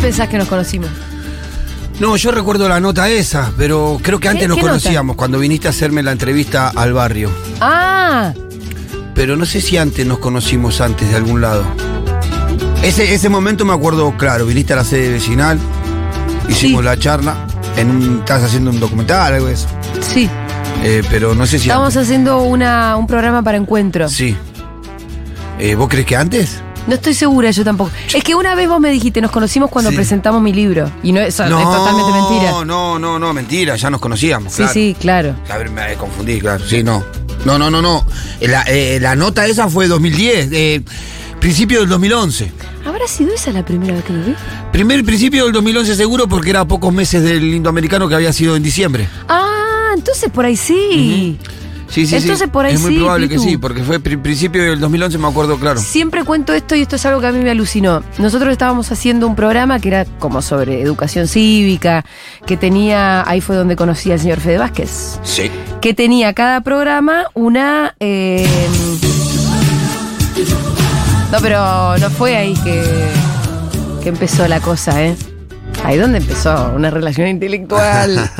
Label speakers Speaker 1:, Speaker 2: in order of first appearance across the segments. Speaker 1: pensás que nos conocimos?
Speaker 2: No, yo recuerdo la nota esa, pero creo que antes
Speaker 1: ¿Qué-
Speaker 2: nos
Speaker 1: qué nota?
Speaker 2: conocíamos, cuando viniste a hacerme la entrevista al barrio.
Speaker 1: Ah,
Speaker 2: Pero no sé si antes nos conocimos antes de algún lado. Ese, ese momento me acuerdo claro, viniste a la sede vecinal, hicimos
Speaker 1: Sí.
Speaker 2: la charla, en un, estás haciendo un documental, algo de eso.
Speaker 1: sí.
Speaker 2: Eh, pero no sé si
Speaker 1: Estábamos haciendo una, un programa para encuentro.
Speaker 2: antes. Sí. Eh, ¿Vos crees que antes?
Speaker 1: No estoy segura, yo tampoco. Es que una vez vos me dijiste, nos conocimos cuando
Speaker 2: Sí.
Speaker 1: presentamos mi libro. Y no, eso es totalmente mentira.
Speaker 2: No, no, no, no, mentira, ya nos conocíamos.
Speaker 1: sí,
Speaker 2: claro.
Speaker 1: sí, claro.
Speaker 2: A ver, me confundí, claro. Sí, no. No, no, no, no. La, eh, la nota esa fue 2010, eh, principio del 2011.
Speaker 1: ¿Habrá sido esa la primera vez que lo vi?
Speaker 2: Primer principio del 2011 seguro porque era a pocos meses del indoamericano que había sido en diciembre.
Speaker 1: Ah, entonces por ahí sí.
Speaker 2: Sí, sí, sí.
Speaker 1: Entonces, por ahí
Speaker 2: Es muy
Speaker 1: sí,
Speaker 2: probable
Speaker 1: Pitu.
Speaker 2: que sí, porque fue pri- principio del 2011, me acuerdo claro.
Speaker 1: Siempre cuento esto y esto es algo que a mí me alucinó. Nosotros estábamos haciendo un programa que era como sobre educación cívica, que tenía, ahí fue donde conocí al señor Fede Vázquez,
Speaker 2: Sí.
Speaker 1: que tenía cada programa una... eh, no, pero no fue ahí que, que empezó la cosa, ¿eh? Ahí donde empezó una relación intelectual.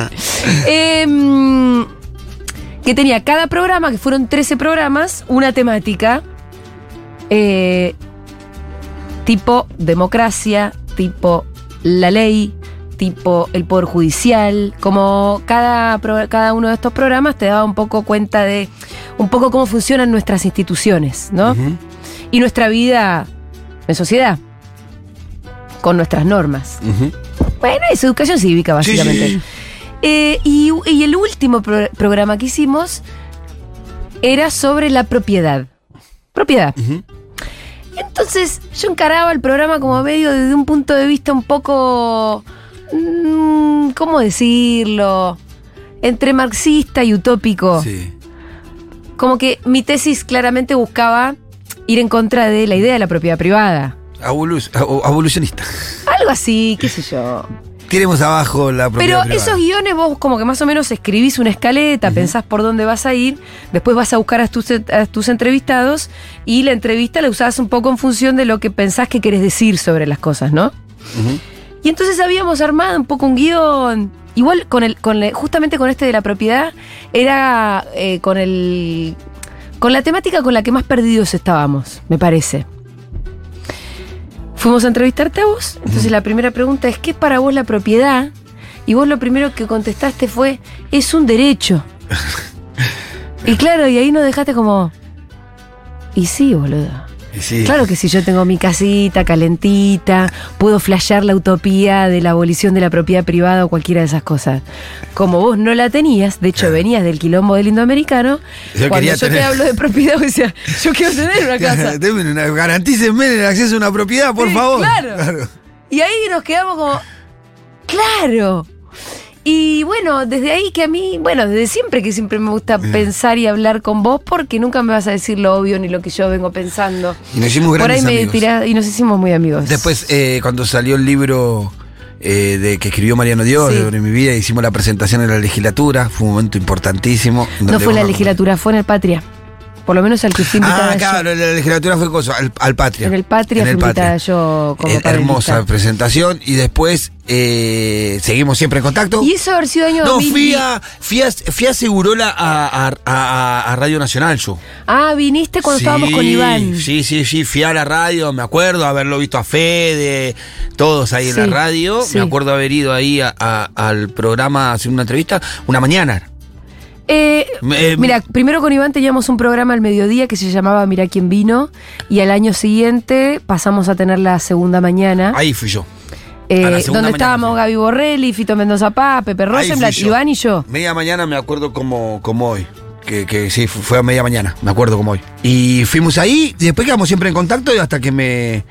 Speaker 1: Em, que tenía cada programa, que fueron 13 programas, una temática eh, tipo democracia, tipo la ley, tipo el poder judicial. Como cada, pro- cada uno de estos programas te daba un poco cuenta de un poco cómo funcionan nuestras instituciones, ¿no?
Speaker 2: Ujú.
Speaker 1: Y nuestra vida en sociedad, con nuestras normas.
Speaker 2: Ujú.
Speaker 1: Bueno, es educación cívica,
Speaker 2: Sí,
Speaker 1: básicamente.
Speaker 2: sí, sí.
Speaker 1: Eh, y, y el último pro- programa que hicimos era sobre la propiedad. Propiedad.
Speaker 2: Ujú.
Speaker 1: Entonces yo encaraba el programa como medio desde un punto de vista un poco... mm, ¿Cómo decirlo? Entre marxista y utópico.
Speaker 2: Sí.
Speaker 1: Como que mi tesis claramente buscaba ir en contra de la idea de la propiedad privada.
Speaker 2: Avolu- a- evolucionista.
Speaker 1: Algo así, qué sé yo.
Speaker 2: Tenemos abajo la propiedad
Speaker 1: Pero
Speaker 2: privada.
Speaker 1: esos guiones vos como que más o menos escribís una escaleta, pensás por dónde vas a ir, después vas a buscar a tus, a tus entrevistados y la entrevista la usás un poco en función de lo que pensás que querés decir sobre las cosas, ¿no?
Speaker 2: Ujú.
Speaker 1: Y entonces habíamos armado un poco un guión. Igual con el, con el- justamente con este de la propiedad, era eh, con el. con la temática con la que más perdidos estábamos, me parece. Fuimos a entrevistarte a vos. Entonces la primera pregunta es: ¿qué es para vos la propiedad? Y vos lo primero que contestaste fue: es un derecho. y claro, y ahí nos dejaste como. Y sí, boludo.
Speaker 2: Y sí.
Speaker 1: Claro que si yo tengo mi casita calentita, puedo flashear la utopía de la abolición de la propiedad privada o cualquiera de esas cosas. Como vos no la tenías, de hecho venías del quilombo del indoamericano,
Speaker 2: Yo
Speaker 1: cuando
Speaker 2: quería
Speaker 1: yo te
Speaker 2: tener-
Speaker 1: hablo de propiedad, o sea, yo quiero tener una casa.
Speaker 2: Deme una- Garantícenme el acceso a una propiedad, por
Speaker 1: Sí,
Speaker 2: favor.
Speaker 1: claro. Y ahí nos quedamos como, claro. Y bueno, desde ahí que a mí, bueno, desde siempre que siempre me gusta pensar y hablar con vos, porque nunca me vas a decir lo obvio ni lo que yo vengo pensando.
Speaker 2: Y nos hicimos
Speaker 1: Por ahí
Speaker 2: grandes
Speaker 1: me
Speaker 2: amigos.
Speaker 1: tirás y nos hicimos muy amigos.
Speaker 2: Después, eh, cuando salió el libro eh, de que escribió Mariano Dios
Speaker 1: Sí.
Speaker 2: sobre mi vida, hicimos la presentación en la legislatura, fue un momento importantísimo. en
Speaker 1: No
Speaker 2: donde
Speaker 1: fue en la
Speaker 2: vos-
Speaker 1: legislatura, fue en el Patria. Por lo menos al que fui invitada
Speaker 2: Ah,
Speaker 1: yo.
Speaker 2: claro, en la legislatura fue cosa, al, al Patria.
Speaker 1: En el Patria
Speaker 2: En el
Speaker 1: fui invitada
Speaker 2: Patria.
Speaker 1: yo como
Speaker 2: Eh, hermosa
Speaker 1: panelista.
Speaker 2: presentación y después eh, seguimos siempre en contacto.
Speaker 1: Y eso haber sido año
Speaker 2: No,
Speaker 1: 2000.
Speaker 2: fui a, fui a, fui a Segurola a, a- a- a Radio Nacional yo.
Speaker 1: Ah, viniste cuando
Speaker 2: Sí,
Speaker 1: estábamos con Iván.
Speaker 2: Sí, sí, sí, fui a la radio, me acuerdo haberlo visto a Fede, todos ahí
Speaker 1: Sí,
Speaker 2: en la radio.
Speaker 1: sí.
Speaker 2: Me acuerdo haber ido ahí a- a- al programa a hacer una entrevista, una mañana.
Speaker 1: Eh,
Speaker 2: Me-
Speaker 1: mira, primero con Iván teníamos un programa al mediodía que se llamaba Mira quién vino. Y al año siguiente pasamos a tener la segunda mañana.
Speaker 2: Ahí fui yo.
Speaker 1: eh,
Speaker 2: a la
Speaker 1: donde
Speaker 2: segunda mañana,
Speaker 1: estábamos
Speaker 2: sí.
Speaker 1: Gaby Borrelli, Fito Mendoza Paz, Pepe
Speaker 2: Ahí fui
Speaker 1: Rosenblatt,
Speaker 2: yo.
Speaker 1: Iván y yo.
Speaker 2: Media mañana me acuerdo como, como hoy. Que, que sí, fu- fue a media mañana, me acuerdo como hoy. Y fuimos ahí, y después quedamos siempre en contacto y hasta que me,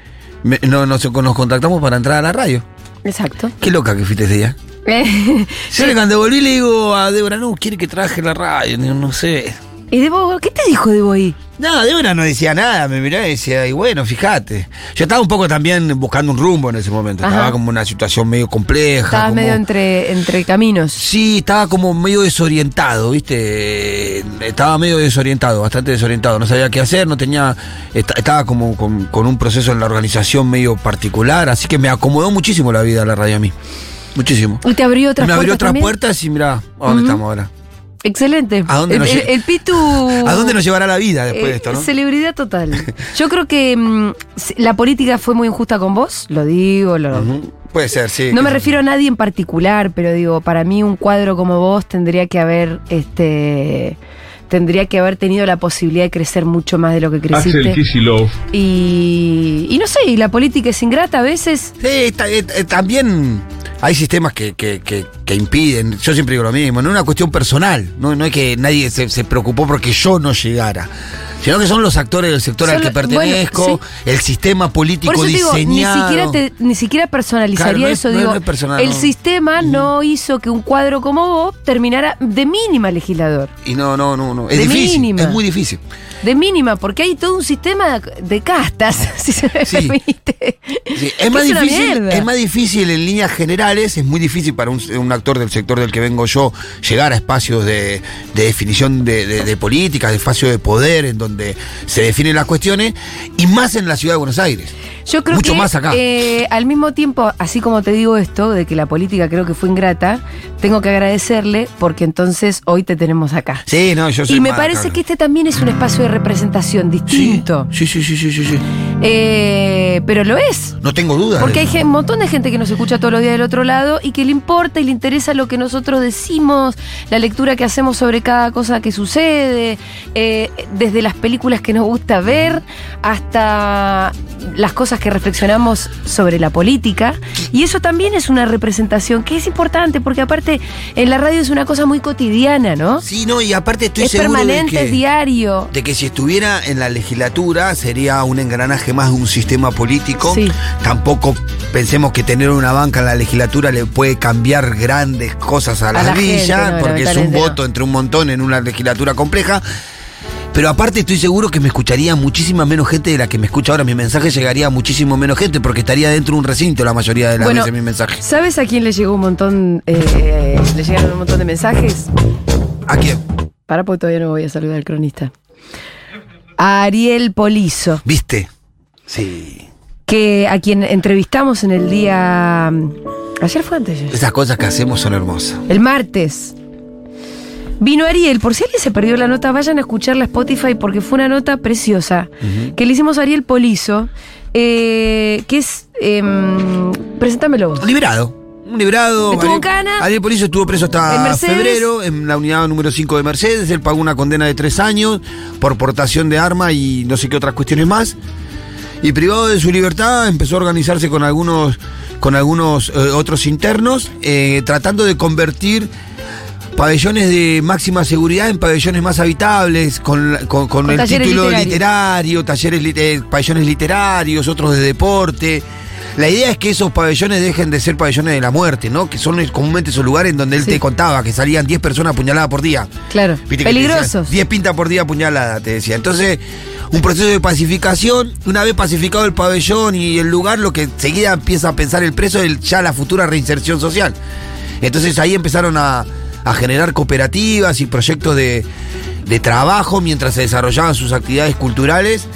Speaker 2: me- no, nos, nos contactamos para entrar a la radio.
Speaker 1: Exacto.
Speaker 2: Qué loca que fuiste ese día.
Speaker 1: Eh,
Speaker 2: Yo le- cuando volví le digo a Débora, no, quiere que trabaje en la radio, no, no sé.
Speaker 1: ¿Y Debo, qué te dijo Debo ahí?
Speaker 2: No, Débora no decía nada, me miró y decía, y bueno, fíjate. Yo estaba un poco también buscando un rumbo en ese momento.
Speaker 1: Ajá.
Speaker 2: Estaba como en una situación medio compleja.
Speaker 1: Estabas
Speaker 2: como-
Speaker 1: medio entre, entre caminos.
Speaker 2: Sí, estaba como medio desorientado, ¿viste? Estaba medio desorientado, bastante desorientado. No sabía qué hacer, no tenía. esta- Estaba como con, con un proceso en la organización medio particular, así que me acomodó muchísimo la vida la radio a mí. Muchísimo.
Speaker 1: Y te abrió otras
Speaker 2: me abrió
Speaker 1: puertas
Speaker 2: otras
Speaker 1: también?
Speaker 2: puertas y mirá, ¿a dónde estamos ahora?
Speaker 1: Excelente.
Speaker 2: ¿A dónde
Speaker 1: el,
Speaker 2: nos
Speaker 1: el-
Speaker 2: lle-
Speaker 1: el Pitu.
Speaker 2: ¿A dónde nos llevará la vida después de
Speaker 1: eh,
Speaker 2: esto, no?
Speaker 1: Celebridad total. Yo creo que mm, si- la política fue muy injusta con vos, lo digo, lo,
Speaker 2: Ujú. Puede ser, sí.
Speaker 1: No me
Speaker 2: que-
Speaker 1: refiero a nadie en particular, pero digo, para mí un cuadro como vos tendría que haber, este, tendría que haber tenido la posibilidad de crecer mucho más de lo que
Speaker 3: Axel
Speaker 1: creciste.
Speaker 3: Kicillof.
Speaker 1: Y, y no sé, y la política es ingrata a veces.
Speaker 2: Sí, ta- eh, eh, también hay sistemas que, que- que- que impiden. Yo siempre digo lo mismo, no es una cuestión personal. No, no es que nadie se, se preocupó porque yo no llegara. Sino que son los actores del sector
Speaker 1: Son
Speaker 2: al que
Speaker 1: los-
Speaker 2: pertenezco,
Speaker 1: bueno,
Speaker 2: el sistema político
Speaker 1: Por eso te digo, ni
Speaker 2: diseñado.
Speaker 1: siquiera, te- ni siquiera personalizaría
Speaker 2: Claro, no es-
Speaker 1: eso.
Speaker 2: no es-
Speaker 1: digo,
Speaker 2: no es personal,
Speaker 1: el
Speaker 2: no.
Speaker 1: sistema no hizo que un cuadro como vos terminara de mínima legislador.
Speaker 2: Y no, no, no, no. Es
Speaker 1: De
Speaker 2: difícil.
Speaker 1: mínima.
Speaker 2: Es muy difícil.
Speaker 1: De mínima, porque hay todo un sistema de castas, si se me
Speaker 2: Sí.
Speaker 1: permite.
Speaker 2: Sí,
Speaker 1: Que
Speaker 2: es, más
Speaker 1: una
Speaker 2: difícil,
Speaker 1: mierda.
Speaker 2: es más difícil en líneas generales, es muy difícil para un, un actor del sector del que vengo yo llegar a espacios de, de definición de, de- de políticas, de espacios de poder en donde se definen las cuestiones, y más en la ciudad de Buenos Aires.
Speaker 1: Yo creo
Speaker 2: Mucho
Speaker 1: que
Speaker 2: más acá.
Speaker 1: eh, al mismo tiempo, así como te digo esto, de que la política creo que fue ingrata, tengo que agradecerle porque entonces hoy te tenemos acá.
Speaker 2: Sí, no, yo soy
Speaker 1: Y me
Speaker 2: más
Speaker 1: parece
Speaker 2: acá.
Speaker 1: que este también es un espacio de representación
Speaker 2: Sí,
Speaker 1: distinto.
Speaker 2: sí, sí, sí, sí, sí, sí.
Speaker 1: Eh, pero lo es.
Speaker 2: No tengo duda.
Speaker 1: Porque
Speaker 2: de-
Speaker 1: hay gen- un montón de gente que nos escucha todos los días del otro lado y que le importa y le interesa lo que nosotros decimos, la lectura que hacemos sobre cada cosa que sucede, eh, desde las películas que nos gusta ver hasta las cosas que reflexionamos sobre la política. Y eso también es una representación que es importante porque aparte en la radio es una cosa muy cotidiana, ¿no?
Speaker 2: Sí, no, y aparte estoy
Speaker 1: es
Speaker 2: seguro de
Speaker 1: permanente,
Speaker 2: que-
Speaker 1: es diario.
Speaker 2: de que si estuviera en la legislatura sería un engranaje más de un sistema político.
Speaker 1: Sí.
Speaker 2: Tampoco pensemos que tener una banca en la legislatura le puede cambiar grandes cosas a, las
Speaker 1: la gente,
Speaker 2: villas,
Speaker 1: no,
Speaker 2: porque es un
Speaker 1: lamentablemente
Speaker 2: voto
Speaker 1: no.
Speaker 2: entre un montón en una legislatura compleja. Pero aparte estoy seguro que me escucharía muchísima menos gente de la que me escucha ahora. Mi mensaje llegaría a muchísimo menos gente porque estaría dentro de un recinto la mayoría de las
Speaker 1: Bueno,
Speaker 2: veces mi mensaje.
Speaker 1: ¿Sabes a quién le llegó un montón, eh, le llegaron un montón de mensajes?
Speaker 2: ¿A quién?
Speaker 1: Para porque todavía no voy a saludar al cronista. A Ariel Polizo,
Speaker 2: ¿Viste? Sí.
Speaker 1: que a quien entrevistamos en el día. mm, Ayer fue antes. de ayer.
Speaker 2: Esas cosas que hacemos son hermosas.
Speaker 1: El martes. Vino Ariel, por si alguien se perdió la nota, vayan a escucharla a Spotify porque fue una nota preciosa que le hicimos a Ariel Polizo, eh, que es. em, preséntamelo vos.
Speaker 2: Liberado. Un liberado.
Speaker 1: Estuvo
Speaker 2: Ariel-
Speaker 1: en cana.
Speaker 2: Ariel Polizo estuvo preso
Speaker 1: En
Speaker 2: hasta
Speaker 1: Mercedes.
Speaker 2: febrero en la unidad número 5 de Mercedes. Él pagó una condena de tres años por portación de arma y no sé qué otras cuestiones más. Y privado de su libertad, empezó a organizarse con algunos, con algunos eh, otros internos, eh, tratando de convertir pabellones de máxima seguridad en pabellones más habitables, con, la- con- con
Speaker 1: Con
Speaker 2: el
Speaker 1: talleres
Speaker 2: título
Speaker 1: literarios.
Speaker 2: literario, talleres lit- eh, pabellones literarios, otros de deporte. La idea es que esos pabellones dejen de ser pabellones de la muerte, ¿no? Que son eh, comúnmente esos lugares en donde él
Speaker 1: Sí.
Speaker 2: te contaba que salían 10 personas apuñaladas por día.
Speaker 1: Claro.
Speaker 2: Viste que te decían,
Speaker 1: Peligrosos.
Speaker 2: 10 pintas por día apuñalada, te decía. Entonces, un proceso de pacificación. Una vez pacificado el pabellón y el lugar, lo que seguida empieza a pensar el preso es ya la futura reinserción social. Entonces ahí empezaron a, a generar cooperativas y proyectos de, de trabajo mientras se desarrollaban sus actividades culturales.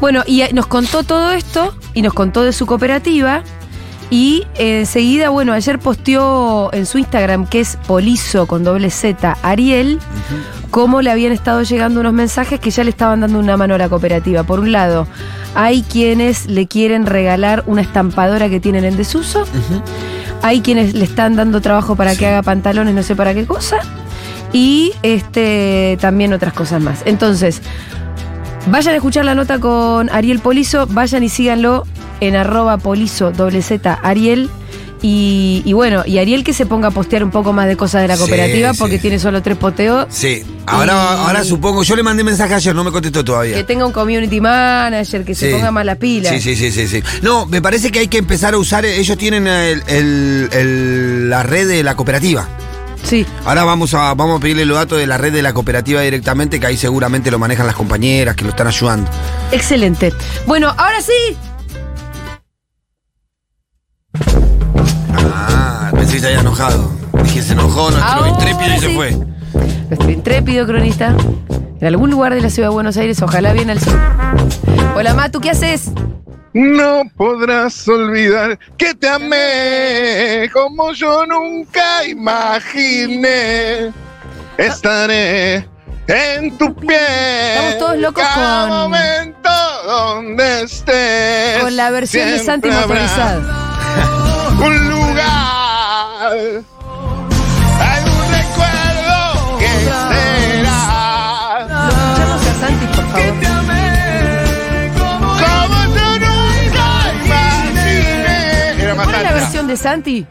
Speaker 1: Bueno, y eh, nos contó todo esto y nos contó de su cooperativa. Y eh, enseguida, bueno, ayer posteó en su Instagram, que es Polizo con doble Z, Ariel, cómo le habían estado llegando unos mensajes que ya le estaban dando una mano a la cooperativa. Por un lado, hay quienes le quieren regalar una estampadora que tienen en desuso. Hay quienes le están dando trabajo para que haga pantalones, no sé para qué cosa. Y este también otras cosas más. Entonces, vayan a escuchar la nota con Ariel Polizo, vayan y síganlo en arroba polizo doble Z Ariel. Y, y bueno, y Ariel que se ponga a postear un poco más de cosas de la
Speaker 2: Sí,
Speaker 1: cooperativa
Speaker 2: sí.
Speaker 1: porque tiene solo tres poteos.
Speaker 2: Sí, ahora,
Speaker 1: Y-
Speaker 2: ahora supongo, yo le mandé mensaje ayer, no me contestó todavía.
Speaker 1: Que tenga un community manager, que se
Speaker 2: Sí.
Speaker 1: ponga más la pila.
Speaker 2: Sí, sí, sí, sí, sí. No, me parece que hay que empezar a usar, ellos tienen el- el- el- la red de la cooperativa.
Speaker 1: Sí.
Speaker 2: Ahora vamos a, vamos a pedirle los datos de la red de la cooperativa directamente, que ahí seguramente lo manejan las compañeras que lo están ayudando.
Speaker 1: Excelente. Bueno, ahora sí.
Speaker 2: Ah, pensé que se había enojado. Dije, se enojó nuestro
Speaker 1: Ahora
Speaker 2: intrépido y se
Speaker 1: sí.
Speaker 2: fue.
Speaker 1: Nuestro intrépido cronista. En algún lugar de la ciudad de Buenos Aires, ojalá bien al sur. Hola, Matu, ¿qué haces?
Speaker 3: No podrás olvidar que te amé como yo nunca imaginé. Estaré en tu piel.
Speaker 1: Estamos todos locos
Speaker 3: cada
Speaker 1: con-
Speaker 3: momento donde estés.
Speaker 1: Con la versión de
Speaker 3: Siempre
Speaker 1: Santi
Speaker 3: habrá
Speaker 1: motorizada.
Speaker 3: Un lugar. Hay un recuerdo que será.
Speaker 1: Escuchamos a Santi, por favor.
Speaker 3: Como yo nunca imaginé. Era más
Speaker 1: ¿Cuál es la
Speaker 3: alta.
Speaker 1: versión de Santi?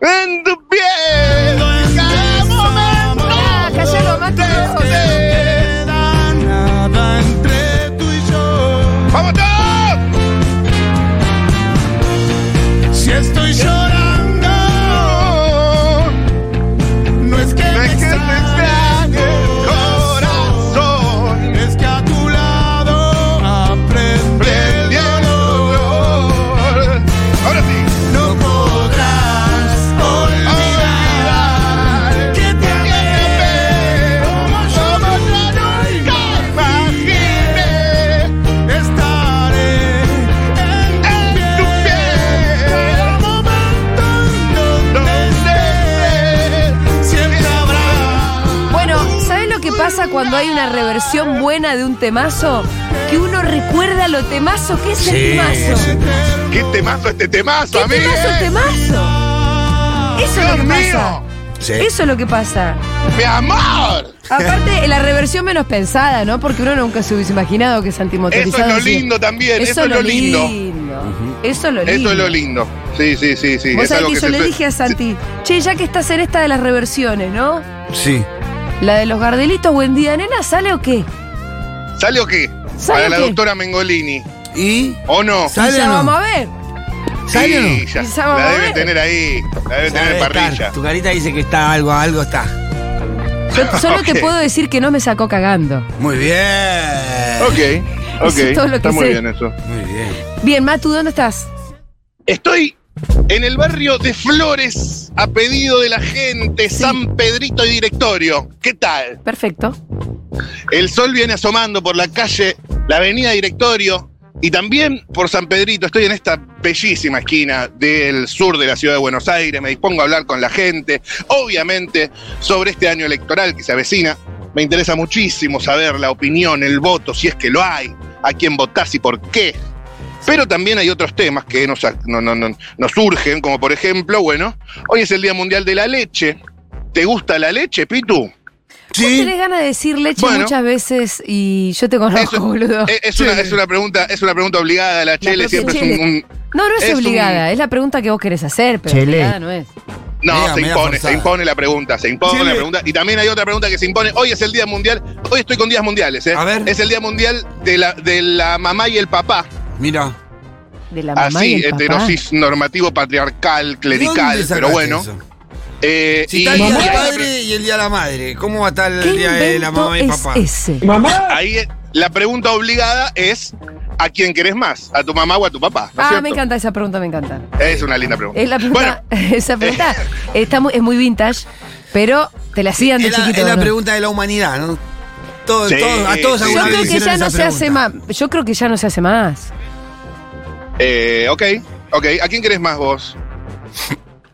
Speaker 3: en tu piel. Cada momento
Speaker 1: Ah, callalo, Mato.
Speaker 3: te da nada entre tú y yo. ¡Vamos todos!
Speaker 4: Si estoy llorando, no es que
Speaker 3: No es
Speaker 4: te
Speaker 3: que te extrañe
Speaker 4: extrañe,
Speaker 3: corazón.
Speaker 4: es que a tu lado aprendí el
Speaker 3: Prendí el dolor. Ahora sí.
Speaker 4: No podrás olvidar que te amé como yo nunca imaginé. Estaré en
Speaker 3: En
Speaker 4: tu
Speaker 3: tu
Speaker 4: piel, cada
Speaker 3: piel.
Speaker 4: momento en donde estés, siempre habrá.
Speaker 1: Bueno, ¿sabes lo que pasa cuando hay una reversión buena de un temazo? Que uno recuerda lo temazo que es el
Speaker 2: Sí.
Speaker 1: temazo.
Speaker 3: ¿Qué temazo este temazo,
Speaker 1: ¿Qué
Speaker 3: amigo?
Speaker 1: temazo, este temazo? Eso es lo
Speaker 3: Dios
Speaker 1: que pasa.
Speaker 3: mío,
Speaker 2: Sí.
Speaker 1: Eso es lo que pasa.
Speaker 3: mi amor.
Speaker 1: Aparte, la reversión menos pensada, ¿no? Porque uno nunca se hubiese imaginado que Santi
Speaker 3: Eso
Speaker 1: motorizado.
Speaker 3: es lo
Speaker 1: hacía-
Speaker 3: lindo también. Eso, es lo lindo.
Speaker 1: Eso es lo lindo.
Speaker 3: Eso es lo lindo. Sí, sí, sí, sí.
Speaker 1: Vos
Speaker 3: Es
Speaker 1: sabés
Speaker 3: algo
Speaker 1: que yo
Speaker 3: se
Speaker 1: le
Speaker 3: sue-
Speaker 1: dije a Santi, che, ya que estás en esta de las reversiones, ¿no?
Speaker 2: Sí.
Speaker 1: La de los gardelitos, buen día, nena, ¿sale o qué?
Speaker 3: ¿Sale o qué?
Speaker 1: ¿Sale
Speaker 3: Para
Speaker 1: o
Speaker 3: la
Speaker 1: qué?
Speaker 3: doctora Mengolini.
Speaker 2: ¿Y?
Speaker 3: ¿O no?
Speaker 1: Y
Speaker 2: ¿Sale
Speaker 1: ya
Speaker 2: o no?
Speaker 1: vamos a ver.
Speaker 2: ¿Sale o no?
Speaker 3: Sí, ya.
Speaker 1: Y ya vamos
Speaker 3: La
Speaker 1: a
Speaker 3: debe
Speaker 1: ver.
Speaker 3: tener ahí. La debe tener en
Speaker 2: Sabe
Speaker 3: parrilla.
Speaker 2: estar. Tu carita dice que está algo, algo está.
Speaker 1: Yo solo te
Speaker 3: Ok.
Speaker 1: puedo decir que no me sacó cagando.
Speaker 2: Muy bien.
Speaker 3: Ok, ok.
Speaker 1: Eso es todo lo que
Speaker 3: Está muy
Speaker 1: sé.
Speaker 3: bien eso.
Speaker 2: Muy bien.
Speaker 1: Bien, Matu, ¿dónde estás?
Speaker 3: Estoy en el barrio de Flores a pedido de la gente, San Pedrito y Directorio. ¿Qué tal?
Speaker 1: Perfecto.
Speaker 3: El sol viene asomando por la calle, la avenida Directorio y también por San Pedrito. Estoy en esta bellísima esquina del sur de la ciudad de Buenos Aires. Me dispongo a hablar con la gente, obviamente, sobre este año electoral que se avecina. Me interesa muchísimo saber la opinión, el voto, si es que lo hay, a quién votás y por qué. Pero también hay otros temas que nos, no- no- no- nos surgen, como por ejemplo, bueno, hoy es el Día Mundial de la Leche. ¿Te gusta la leche, Pitu?
Speaker 1: Vos
Speaker 2: Sí.
Speaker 1: tenés ganas de decir leche
Speaker 3: Bueno.
Speaker 1: muchas veces y yo te conozco,
Speaker 3: Eso-
Speaker 1: boludo.
Speaker 3: Eh, Es, una, es, una pregunta, es una pregunta obligada, la Chele
Speaker 1: propia
Speaker 3: siempre es
Speaker 1: Chele.
Speaker 3: un... un-
Speaker 1: no, no es,
Speaker 3: es
Speaker 1: obligada, es la pregunta que vos querés hacer, pero
Speaker 2: Chele.
Speaker 1: obligada no es.
Speaker 3: no,
Speaker 2: Media-
Speaker 3: se
Speaker 2: media
Speaker 3: impone,
Speaker 2: forzada.
Speaker 3: se impone la pregunta, se impone
Speaker 2: Chele.
Speaker 3: la pregunta. Y también hay otra pregunta que se impone. Hoy es el Día Mundial, hoy estoy con días mundiales, ¿eh?
Speaker 2: A ver.
Speaker 3: Es el Día Mundial de la, de la mamá y el papá.
Speaker 2: Mira.
Speaker 1: De la mamá
Speaker 3: Así,
Speaker 1: y el papá.
Speaker 3: heterosis normativo patriarcal, clerical,
Speaker 2: ¿Dónde sacaste
Speaker 3: pero bueno.
Speaker 2: eso?
Speaker 3: Eh,
Speaker 2: Si
Speaker 3: y-
Speaker 2: está el día
Speaker 3: y
Speaker 2: del
Speaker 3: hay otra
Speaker 2: padre y el día de la madre, ¿cómo va a estar
Speaker 1: ¿Qué
Speaker 2: el día de la
Speaker 1: invento
Speaker 2: mamá y
Speaker 1: es
Speaker 2: papá?
Speaker 1: ese?
Speaker 3: Ahí eh, la pregunta obligada es ¿a quién querés más? ¿A tu mamá o a tu papá? ¿No es
Speaker 1: ah,
Speaker 3: cierto?
Speaker 1: me encanta esa pregunta, me encanta.
Speaker 3: Es una linda pregunta.
Speaker 1: Es la pregunta,
Speaker 3: Bueno,
Speaker 1: esa pregunta está muy, es muy vintage, pero te la hacían de
Speaker 2: Es la,
Speaker 1: chiquito.
Speaker 2: es la
Speaker 1: ¿no?
Speaker 2: pregunta de la humanidad, ¿no? Todo-
Speaker 3: Sí,
Speaker 2: todo- a todos
Speaker 3: sí,
Speaker 1: Yo
Speaker 2: alguna
Speaker 3: Seguro
Speaker 1: creo
Speaker 2: vez
Speaker 1: que
Speaker 2: hicieron
Speaker 1: ya no
Speaker 2: esa
Speaker 1: se hace
Speaker 2: pregunta.
Speaker 1: más. Yo creo que ya no se hace más.
Speaker 3: eh, ok, ok. ¿A quién querés más vos?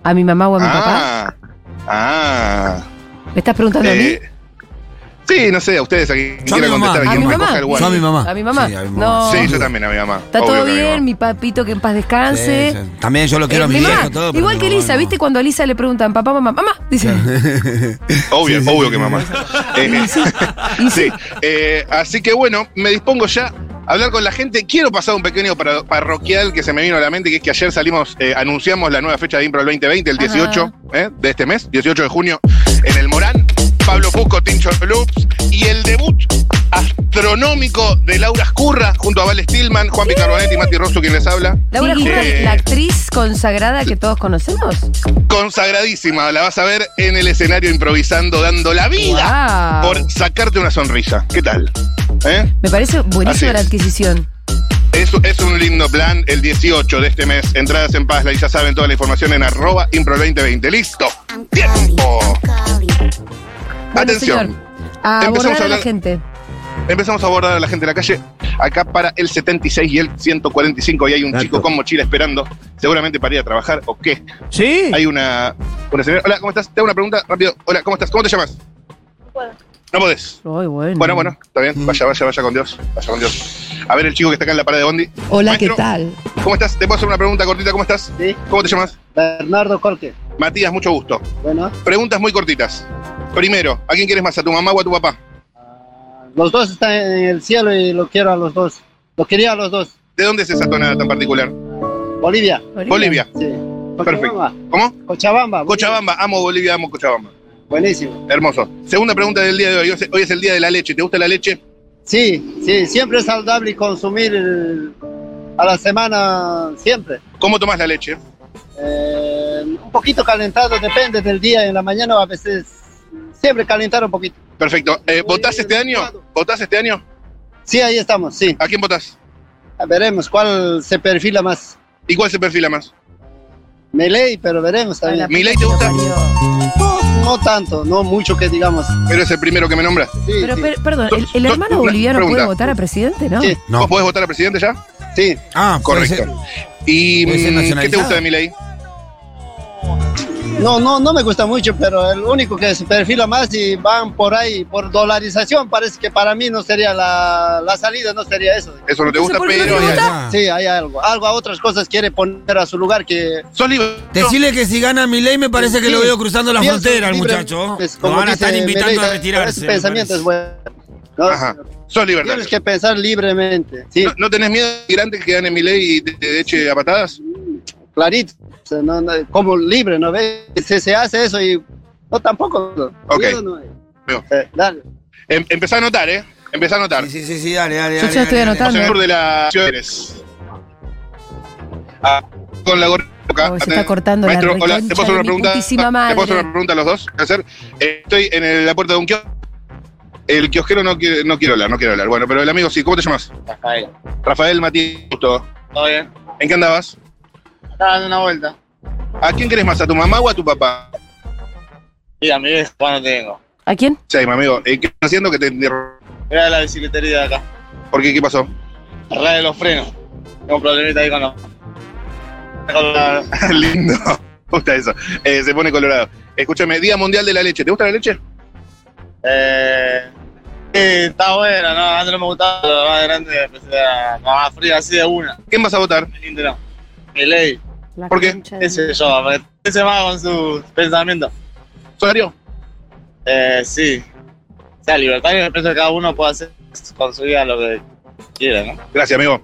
Speaker 1: A mi mamá o a mi papá.
Speaker 3: ah, ah.
Speaker 1: ¿Me estás preguntando a mí?
Speaker 3: Eh, sí, no sé, a ustedes a quien
Speaker 2: Yo a mi
Speaker 3: quiera
Speaker 2: mamá.
Speaker 3: contestar,
Speaker 2: ¿A
Speaker 3: quien
Speaker 1: mi
Speaker 3: recoja
Speaker 1: mamá?
Speaker 3: el
Speaker 2: Yo a
Speaker 3: guante.
Speaker 2: mi mamá.
Speaker 1: A mi mamá.
Speaker 2: Sí, a mi
Speaker 1: No.
Speaker 2: mamá.
Speaker 3: Sí, yo también a mi mamá.
Speaker 1: Está
Speaker 3: obvio
Speaker 1: todo
Speaker 3: que a mi
Speaker 1: bien,
Speaker 3: mamá.
Speaker 1: mi papito que en paz
Speaker 2: Sí,
Speaker 1: descanse.
Speaker 2: sí. También yo lo quiero
Speaker 1: Eh,
Speaker 2: a mi
Speaker 1: mi mamá,
Speaker 2: viejo, todo. pero
Speaker 1: igual
Speaker 2: mi
Speaker 1: que
Speaker 2: mamá
Speaker 1: Elisa,
Speaker 2: no.
Speaker 1: ¿viste cuando a Elisa le preguntan papá, mamá, mamá? Dice.
Speaker 3: Obvio,
Speaker 2: Sí, sí,
Speaker 3: obvio
Speaker 2: sí.
Speaker 3: que mamá. Eh,
Speaker 1: Y sí.
Speaker 3: sí, eh, así que bueno, me dispongo ya a hablar con la gente. Quiero pasar un pequeño paro- parroquial que se me vino a la mente, que es que ayer salimos, eh, anunciamos la nueva fecha de Impro del 2020, el
Speaker 1: Ajá.
Speaker 3: 18 eh, de este mes, 18 de junio, en el Morán. Pablo Puco, Tincho Loops y el debut astro gastronómico de Laura Escurra, junto a Val Stillman, Juan Picarbonetti y Mati Rosso, quien les habla. Eh,
Speaker 1: Laura
Speaker 3: Sí.
Speaker 1: Jura, la
Speaker 2: Eh.
Speaker 1: actriz consagrada que todos conocemos.
Speaker 3: Consagradísima, la vas a ver en el escenario improvisando, dando la vida
Speaker 1: Wow.
Speaker 3: por sacarte una sonrisa. ¿Qué tal? ¿Eh?
Speaker 1: Me parece
Speaker 3: Así
Speaker 1: buenísima
Speaker 3: es.
Speaker 1: la adquisición.
Speaker 3: Es, es un lindo plan el 18 de este mes. Entradas en Paz, la ya saben toda la información en arroba impro2020. ¡Listo! ¡Tiempo!
Speaker 1: Bueno,
Speaker 3: Atención.
Speaker 1: señor,
Speaker 3: Empezamos
Speaker 1: a abordar
Speaker 3: a
Speaker 1: a la
Speaker 3: hablar-
Speaker 1: gente.
Speaker 3: Empezamos a abordar a la gente de la calle. Acá para el 76 y el 145 y hay un
Speaker 2: Exacto.
Speaker 3: chico con mochila esperando, seguramente para ir a trabajar o qué.
Speaker 4: ¿Sí?
Speaker 3: Hay una, una señora. Hola, ¿cómo estás? Te hago una pregunta rápido. Hola, ¿cómo estás? ¿Cómo te llamas? No podés.
Speaker 1: Ay, bueno.
Speaker 3: Bueno, bueno, está bien. Vaya, vaya, vaya con Dios. Vaya con Dios. A ver el chico que está acá en la parada de Bondi.
Speaker 5: Hola,
Speaker 3: Maestro,
Speaker 5: ¿qué tal?
Speaker 3: ¿Cómo estás? Te puedo hacer una pregunta cortita. ¿Cómo estás?
Speaker 6: Sí.
Speaker 3: ¿Cómo te llamas?
Speaker 6: Bernardo Corte.
Speaker 3: Matías, mucho gusto.
Speaker 6: Bueno,
Speaker 3: Preguntas muy cortitas. Primero, ¿a quién quieres más? ¿A tu mamá o a tu papá?
Speaker 6: los dos están en el cielo y lo quiero a los dos. Lo quería a los dos.
Speaker 3: ¿De dónde es esa tonada tan particular?
Speaker 6: Bolivia,
Speaker 3: Bolivia.
Speaker 6: sí.
Speaker 3: Perfecto.
Speaker 6: Cochabamba,
Speaker 3: ¿Cómo?
Speaker 6: Cochabamba. Bolivia.
Speaker 3: Cochabamba. Amo Bolivia, amo Cochabamba.
Speaker 6: Buenísimo.
Speaker 3: Hermoso. Segunda pregunta del día de hoy. Hoy es- Hoy es el día de la leche. ¿Te gusta la leche?
Speaker 6: Sí, sí, siempre es saludable consumir el- a la semana, siempre.
Speaker 3: ¿Cómo tomas la leche?
Speaker 6: Eh, un poquito calentado, depende del día, en la mañana a veces, siempre calentar un poquito.
Speaker 3: Perfecto. Eh, ¿Votás este año? ¿Votás este año?
Speaker 6: Sí, ahí estamos, sí.
Speaker 3: ¿A quién votás?
Speaker 6: Veremos cuál se perfila más.
Speaker 3: ¿Y cuál se perfila más?
Speaker 6: Meley, pero veremos
Speaker 1: A la
Speaker 6: también.
Speaker 3: ¿Milei
Speaker 1: puta
Speaker 3: te gusta?
Speaker 1: que lo parió.
Speaker 6: No tanto, no mucho que digamos.
Speaker 3: Pero es el primero que me nombraste.
Speaker 6: Sí,
Speaker 1: Pero,
Speaker 6: sí.
Speaker 1: per- perdón, ¿el, el
Speaker 3: Dos-
Speaker 1: hermano
Speaker 3: una
Speaker 1: boliviano puede
Speaker 3: pregunta.
Speaker 1: votar a presidente, no?
Speaker 6: Sí.
Speaker 2: No.
Speaker 3: ¿Vos podés votar a presidente ya?
Speaker 6: Sí,
Speaker 2: Ah, puede ser.
Speaker 3: Correcto. ¿Y
Speaker 2: puede ser
Speaker 3: mm, qué te
Speaker 2: nacionalizado.
Speaker 3: gusta de mi ley?
Speaker 6: no, no, no me gusta mucho, pero el único que se perfila más y van por ahí, por dolarización, parece que para mí no sería la, la salida, no sería eso.
Speaker 3: Eso no te gusta,
Speaker 1: ¿por qué no
Speaker 3: pero.
Speaker 1: te gusta?
Speaker 4: Ah.
Speaker 6: Sí, hay algo, algo a otras cosas quiere poner a su lugar que...
Speaker 3: ¿Sos libre?
Speaker 4: Decirle que si gana mi ley me parece que
Speaker 6: Sí.
Speaker 4: lo veo cruzando la
Speaker 6: pienso
Speaker 4: frontera al
Speaker 6: libre,
Speaker 4: muchacho.
Speaker 6: pues,
Speaker 4: Lo
Speaker 6: como
Speaker 4: van a
Speaker 6: dice
Speaker 4: estar invitando
Speaker 6: Melissa,
Speaker 4: a retirarse.
Speaker 6: Ese
Speaker 4: me
Speaker 6: pensamiento es
Speaker 4: parece.
Speaker 6: bueno. No,
Speaker 3: Ajá. Sos libertario.
Speaker 6: Tienes que pensar libremente, sí,
Speaker 3: ¿No, no tenés miedo de migrante que gane mi ley y te, te eche a patadas?
Speaker 6: clarito, o sea, no, no, como libre, ¿no ves? Se, se hace eso y... No, tampoco. no.
Speaker 3: Ok.
Speaker 6: Miedo no hay.
Speaker 3: Veo.
Speaker 6: Eh, dale.
Speaker 3: Em- empezá a anotar, ¿eh? Empezá a anotar.
Speaker 2: Sí, sí, sí, sí, dale, dale.
Speaker 1: Yo
Speaker 2: dale,
Speaker 1: ya estoy
Speaker 2: dale,
Speaker 1: anotando.
Speaker 2: dale.
Speaker 3: Señor de la ciudad de Pérez. Ah, con la gorra.
Speaker 1: Oh, se está cortando la
Speaker 3: Ah, eh, Maestro, hola,
Speaker 1: reconcha
Speaker 3: ¿te puedo hacer
Speaker 1: de
Speaker 3: una
Speaker 1: mi
Speaker 3: pregunta? ¿Te
Speaker 1: putísima
Speaker 3: puedo hacer
Speaker 1: madre?
Speaker 3: una pregunta a los dos? Hacer, eh, estoy en el- la puerta de un kiosco. El kiosquero no quiere, no quiero hablar, no quiero hablar. Bueno, pero el amigo sí. ¿Cómo te llamas?
Speaker 6: Rafael,
Speaker 3: Rafael Matías. Gusto.
Speaker 6: ¿todo bien?
Speaker 3: ¿En qué andabas?
Speaker 6: Estaba dando una vuelta.
Speaker 3: ¿A quién querés más? ¿A tu mamá o a tu papá?
Speaker 6: Y a mi viejo, no tengo.
Speaker 1: ¿A quién?
Speaker 3: Sí, mi amigo. eh, ¿Qué estás haciendo que te...
Speaker 6: Era la bicicletería de acá.
Speaker 3: ¿Por qué? ¿Qué pasó?
Speaker 6: Arregla los frenos. Tengo un problemita ahí con los. con la-
Speaker 3: Lindo. Me gusta eso. Eh, se pone colorado. Escúchame, Día Mundial de la Leche. ¿Te gusta la leche?
Speaker 6: eh, sí, está buena, ¿no? Antes no me gustaba, pero más grande empecé a más fría así de una.
Speaker 3: ¿Quién vas a votar?
Speaker 6: Qué lindo, ¿no? Mi ley,
Speaker 1: La
Speaker 3: ¿Por qué?
Speaker 1: concha de-
Speaker 6: ese yo, ese más con sus pensamientos.
Speaker 3: ¿Solario?
Speaker 6: Eh, sí. O sea, libertario en el precio que cada uno puede hacer con su vida lo que quiera, ¿no?
Speaker 3: Gracias, amigo.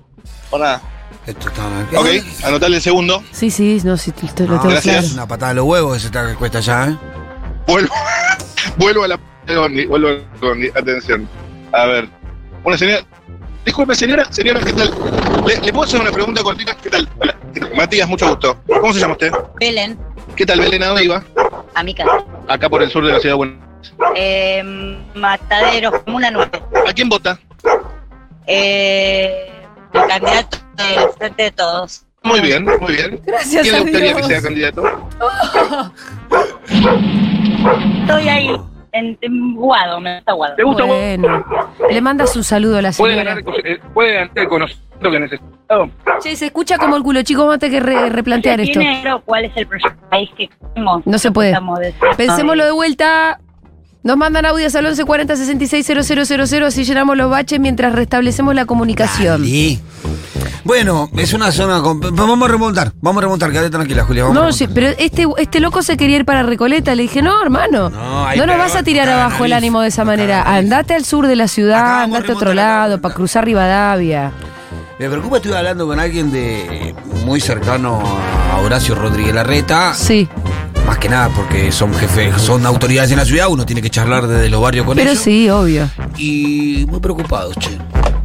Speaker 6: Por nada.
Speaker 2: Esto está
Speaker 3: Ok, anotale el segundo.
Speaker 1: Sí, sí, no, sí, te- te lo
Speaker 2: No,
Speaker 1: tengo
Speaker 3: Ah, gracias.
Speaker 1: claro.
Speaker 2: Una patada de los huevos esa está que cuesta ya, ¿eh?
Speaker 3: Vuelvo, vuelvo a la p- Bondi, vuelvo a la Bondi. Atención. A ver. Una señora. Disculpe, señora, señora, ¿qué tal? ¿Le, le puedo hacer una pregunta cortita? ¿Qué tal? Hola. Matías, mucho gusto. ¿Cómo se llama usted?
Speaker 7: Belén,
Speaker 3: ¿Qué tal, Belén? ¿A dónde iba?
Speaker 7: a mi casa.
Speaker 3: Acá por el sur de la ciudad de Buenos Aires.
Speaker 7: Eh, Mataderos, como una nube.
Speaker 3: ¿A quién vota?
Speaker 7: Eh, el candidato del Frente de Todos.
Speaker 3: Muy bien, muy bien.
Speaker 1: Gracias,
Speaker 3: ¿Quién le gustaría que
Speaker 1: adiós.
Speaker 3: sea candidato?
Speaker 7: Estoy ahí, en, en Guado, me gusta Guado.
Speaker 3: ¿Te gusta?
Speaker 1: Bueno, le mandas un saludo a la
Speaker 3: ¿Puede
Speaker 1: señora.
Speaker 3: ganar, eh, puede ganar el conocimiento que necesita?
Speaker 1: Che, se escucha como el culo, chico, vamos a tener que re- replantear esto.
Speaker 7: ¿Tiene claro cuál es el proyecto de país que queremos?
Speaker 1: No se puede.
Speaker 7: Estamos de-
Speaker 1: Pensémoslo de vuelta. Nos mandan audios al 1140 000 así llenamos los baches mientras restablecemos la comunicación.
Speaker 2: Sí. Bueno, es una zona. con- Vamos a remontar, vamos a remontar, quédate tranquila, Julia. Vamos a
Speaker 1: No,
Speaker 2: remontar.
Speaker 1: sí, pero este, este loco se quería ir para Recoleta. Le dije, no,
Speaker 2: No,
Speaker 1: hermano, no,
Speaker 2: ahí
Speaker 1: nos
Speaker 2: pegó,
Speaker 1: vas a tirar
Speaker 2: no caga
Speaker 1: abajo el
Speaker 2: nariz,
Speaker 1: ánimo de esa
Speaker 2: no
Speaker 1: manera.
Speaker 2: caga nariz.
Speaker 1: Andate al sur de la
Speaker 2: Acá
Speaker 1: ciudad,
Speaker 2: vamos
Speaker 1: andate a
Speaker 2: remontar
Speaker 1: otro
Speaker 2: la
Speaker 1: lado,
Speaker 2: pregunta.
Speaker 1: para cruzar Rivadavia.
Speaker 2: Me preocupa, estuve hablando con alguien de muy cercano a Horacio Rodríguez Larreta.
Speaker 1: Sí,
Speaker 2: Más que nada porque son jefes, son autoridades en la ciudad, uno tiene que charlar desde los barrios con
Speaker 1: pero
Speaker 2: ellos.
Speaker 1: sí, obvio.
Speaker 2: Y muy preocupado, che.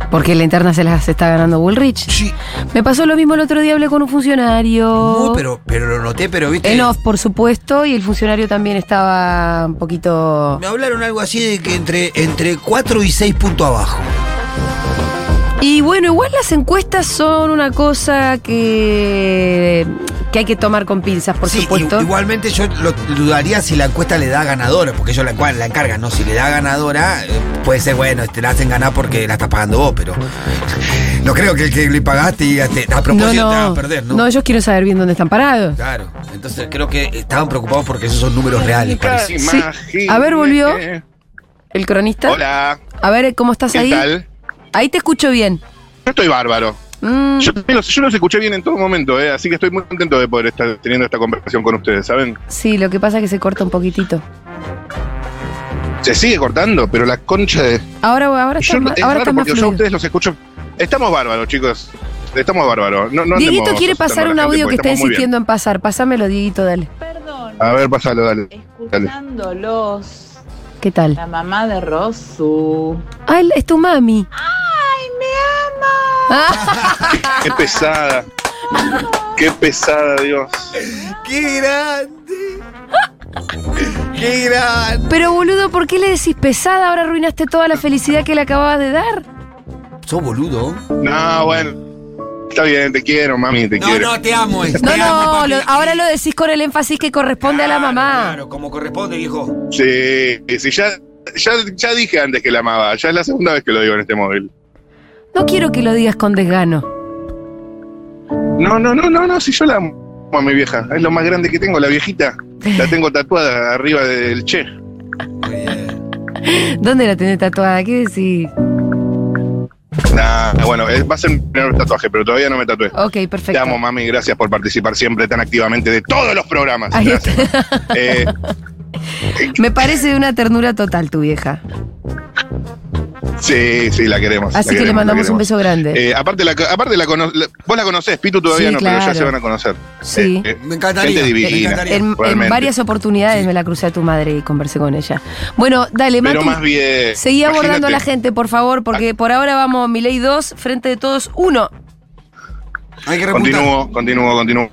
Speaker 1: Porque la interna se las está ganando Bullrich.
Speaker 2: Sí.
Speaker 1: Me pasó lo mismo el otro día, hablé con un funcionario.
Speaker 2: No, pero, pero lo noté, pero viste.
Speaker 1: Oh. En off, por supuesto, y el funcionario también estaba un poquito.
Speaker 2: Me hablaron algo así de que entre, entre 4 y 6 puntos abajo.
Speaker 1: Y bueno, igual las encuestas son una cosa que, que hay que tomar con pinzas, por
Speaker 2: sí,
Speaker 1: supuesto.
Speaker 2: i- igualmente yo lo dudaría si la encuesta le da ganadora, porque ellos la, encuad- la encargan, ¿no? Si le da ganadora, eh, puede ser, bueno, te la hacen ganar porque la estás pagando vos, pero. No creo que el que le pagaste y a, te- a propósito te hagan perder, ¿no?
Speaker 1: ellos quieren saber bien dónde están parados.
Speaker 2: Claro. Entonces creo que estaban preocupados porque esos son números reales, parece.
Speaker 3: Imagínate.
Speaker 1: A ver, volvió. El cronista.
Speaker 3: Hola,
Speaker 1: A ver, ¿cómo estás
Speaker 3: ¿qué
Speaker 1: ahí?
Speaker 3: tal?
Speaker 1: Ahí te escucho bien.
Speaker 3: Yo estoy bárbaro.
Speaker 1: Mm,
Speaker 3: Yo, también los, yo los escuché bien en todo momento, eh, así que estoy muy contento de poder estar teniendo esta conversación con ustedes, ¿saben?
Speaker 1: sí, lo que pasa es que se corta un poquitito.
Speaker 3: Se sigue cortando, pero la concha de...
Speaker 1: Ahora, ahora
Speaker 3: Yo,
Speaker 1: está, ma-
Speaker 3: es raro
Speaker 1: ahora está
Speaker 3: porque
Speaker 1: más
Speaker 3: yo a
Speaker 1: fluido.
Speaker 3: ustedes los escucho... Estamos bárbaros, chicos. Estamos bárbaros. No, no
Speaker 1: Dieguito
Speaker 3: andemos asustando
Speaker 1: quiere
Speaker 3: a
Speaker 1: pasar
Speaker 3: la
Speaker 1: un
Speaker 3: gente
Speaker 1: audio
Speaker 3: porque
Speaker 1: que está
Speaker 3: estamos muy bien.
Speaker 1: insistiendo en pasar. Pásamelo, Dieguito, dale.
Speaker 5: Perdón,
Speaker 3: A ver, pasalo, dale.
Speaker 5: escuchándolos,
Speaker 1: ¿Qué tal?
Speaker 5: la mamá de Rosu.
Speaker 1: Ah, él- es tu mami.
Speaker 5: ¡Ay, me ama!
Speaker 1: Ah,
Speaker 3: Qué pesada. Qué pesada, Dios.
Speaker 2: ¡Qué grande! ¡Qué grande!
Speaker 1: pero boludo, ¿por qué le decís pesada? Ahora arruinaste toda la felicidad que le acababas de dar.
Speaker 2: Sos boludo.
Speaker 3: No, bueno. Está bien, te quiero, mami, te
Speaker 2: No,
Speaker 3: quiero.
Speaker 2: no, te amo. eh,
Speaker 1: No,
Speaker 2: te amo,
Speaker 1: no,
Speaker 2: papi.
Speaker 1: lo- ahora lo decís con el énfasis que corresponde a la
Speaker 2: Claro,
Speaker 1: mamá.
Speaker 2: Claro, como corresponde, viejo.
Speaker 3: Sí, sí, ya, ya, ya dije antes que la amaba. Ya es la segunda vez que lo digo en este móvil.
Speaker 1: No quiero que lo digas con desgano.
Speaker 3: No, no, no, no, no, si yo la amo a mi vieja. Es lo más grande que tengo, la viejita. La tengo tatuada arriba del che.
Speaker 2: Muy bien.
Speaker 1: ¿Dónde la tenés tatuada? ¿Qué decís?
Speaker 3: Nah, bueno, es- va a ser mi primer tatuaje, pero todavía no me tatué.
Speaker 1: Ok,
Speaker 3: Te
Speaker 1: perfecto.
Speaker 3: amo, mami. Gracias por participar siempre tan activamente de todos los programas.
Speaker 1: Ahí
Speaker 3: Gracias. Eh,
Speaker 1: Me parece de una ternura total tu vieja.
Speaker 3: sí, sí, la queremos.
Speaker 1: Así
Speaker 3: la
Speaker 1: que le
Speaker 3: queremos, la
Speaker 1: mandamos un
Speaker 3: queremos.
Speaker 1: beso grande.
Speaker 3: Eh, aparte, la, aparte la, cono- la- vos la conocés, Pitu todavía
Speaker 1: Sí,
Speaker 3: no, pero ya
Speaker 1: claro.
Speaker 3: se van a conocer.
Speaker 1: sí.
Speaker 3: eh,
Speaker 2: Me encantaría.
Speaker 3: Gente divina.
Speaker 2: Me encantaría.
Speaker 1: en, en
Speaker 3: realmente.
Speaker 1: varias oportunidades me la crucé a tu madre y conversé con ella. Bueno, dale,
Speaker 3: Pero
Speaker 1: Matu.
Speaker 3: más bien.
Speaker 1: Seguí abordando a la
Speaker 3: imagínate. Ah.
Speaker 1: gente, por favor, porque por ahora vamos Milei 2, frente de todos 1.
Speaker 2: Hay que repuntar.
Speaker 3: Continúo, continúo, continúo.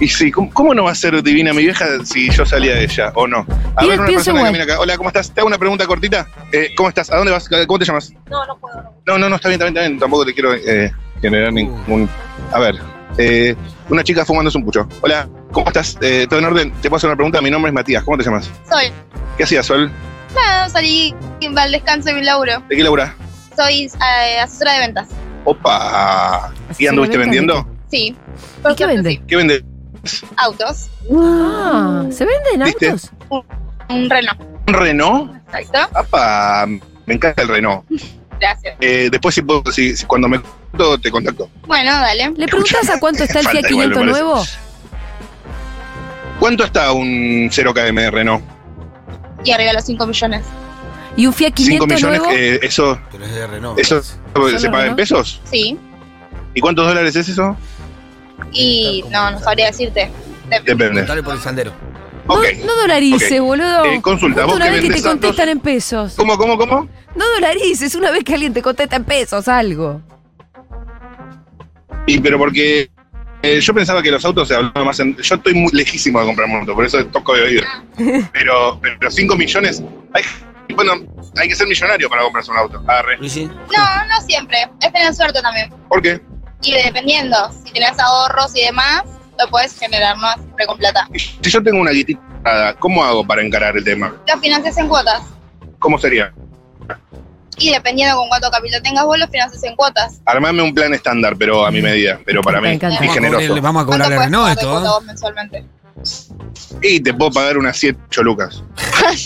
Speaker 3: Y sí, ¿cómo, cómo no va a ser divina mi vieja si yo salía de ella o no? A
Speaker 1: Bien,
Speaker 3: ver, una
Speaker 1: pienso
Speaker 3: persona que
Speaker 1: igual.
Speaker 3: camina acá. Hola, ¿cómo estás? Te hago una pregunta cortita. Eh, ¿Cómo estás? ¿A dónde vas? ¿Cómo te llamas?
Speaker 7: No, no puedo. no.
Speaker 3: No, no, no, está bien, está bien, está bien. Tampoco te quiero eh, generar ningún. A ver, eh, una chica fumándose un pucho. Hola, ¿cómo estás? Eh, ¿Todo en orden? Te puedo hacer una pregunta. Mi nombre es Matías. ¿Cómo te llamas?
Speaker 8: Soy.
Speaker 3: ¿Qué hacías, Sol?
Speaker 8: Nada, salí al descanso de mi laburo.
Speaker 3: ¿De qué laburás?
Speaker 8: Soy eh, asesora de ventas.
Speaker 3: Opa. ¿Y anduviste vendiendo?
Speaker 8: Sí.
Speaker 1: ¿Y qué
Speaker 8: suerte,
Speaker 1: vende?
Speaker 3: ¿Qué vendes?
Speaker 8: sí. Autos.
Speaker 1: Ah, ¿Se venden
Speaker 3: ¿Viste?
Speaker 1: autos?
Speaker 8: Un Renault.
Speaker 3: ¿Un Renault?
Speaker 8: Exacto.
Speaker 3: Apa, me encanta el Renault.
Speaker 8: Gracias.
Speaker 3: Eh, después, si, puedo- si- si- cuando me contacto, te contacto.
Speaker 8: Bueno, dale.
Speaker 1: ¿Le preguntas a cuánto está el Fiat
Speaker 3: Falta igual, me
Speaker 1: 500
Speaker 3: parece.
Speaker 1: nuevo?
Speaker 3: ¿Cuánto está un 0KM de Renault?
Speaker 8: Y arriba los 5 millones.
Speaker 1: ¿Y un Fiat
Speaker 3: 5
Speaker 1: 500
Speaker 3: millones,
Speaker 1: nuevo?
Speaker 3: eh, ¿eso
Speaker 2: Pero es de Renault.
Speaker 3: Eso-
Speaker 1: ¿Solo
Speaker 3: se paga
Speaker 1: Renault?
Speaker 3: en pesos?
Speaker 8: Sí.
Speaker 3: ¿Y cuántos dólares es eso?
Speaker 8: Y no, no sabría decirte.
Speaker 3: Depende.
Speaker 2: Dale por el sandero.
Speaker 1: No,
Speaker 3: Ok.
Speaker 1: no dolarices,
Speaker 3: ok.
Speaker 1: boludo.
Speaker 3: Eh, consulta,
Speaker 1: Justo
Speaker 3: vos
Speaker 1: una
Speaker 3: que
Speaker 1: vez que te
Speaker 3: vendés autos-
Speaker 1: contestan en pesos.
Speaker 3: ¿Cómo, cómo, cómo?
Speaker 1: No dolarices, una vez que alguien te contesta en pesos algo.
Speaker 3: Y pero porque eh, yo pensaba que los autos se hablaban más en. Yo estoy muy lejísimo de comprar un auto, por eso toco de oído.
Speaker 8: Ah.
Speaker 3: Pero, pero 5 millones. Hay, bueno, hay que ser millonario para comprarse un auto. Arre.
Speaker 2: ¿Y sí?
Speaker 8: No, no siempre. Es tener suerte también.
Speaker 3: ¿Por qué?
Speaker 8: Y dependiendo, si tenés ahorros y demás, lo puedes generar más siempre con plata.
Speaker 3: Si yo tengo una guitita, ¿cómo hago para encarar el tema?
Speaker 8: Lo financias en cuotas.
Speaker 3: ¿Cómo sería?
Speaker 8: Y dependiendo con cuánto capital tengas vos, lo financias en cuotas.
Speaker 3: Armarme un plan estándar, pero a mi medida, pero para
Speaker 1: Me
Speaker 3: mí.
Speaker 1: encanta.
Speaker 3: Y
Speaker 2: Vamos a cobrarle-
Speaker 3: generoso.
Speaker 2: Vamos a
Speaker 8: ¿Cuánto
Speaker 2: cobrarle a
Speaker 8: puedes
Speaker 2: Renault
Speaker 8: pagar de
Speaker 2: esto.
Speaker 8: cuota
Speaker 2: ¿eh?
Speaker 8: vos mensualmente?
Speaker 3: Y te puedo pagar unas 7, 8 lucas.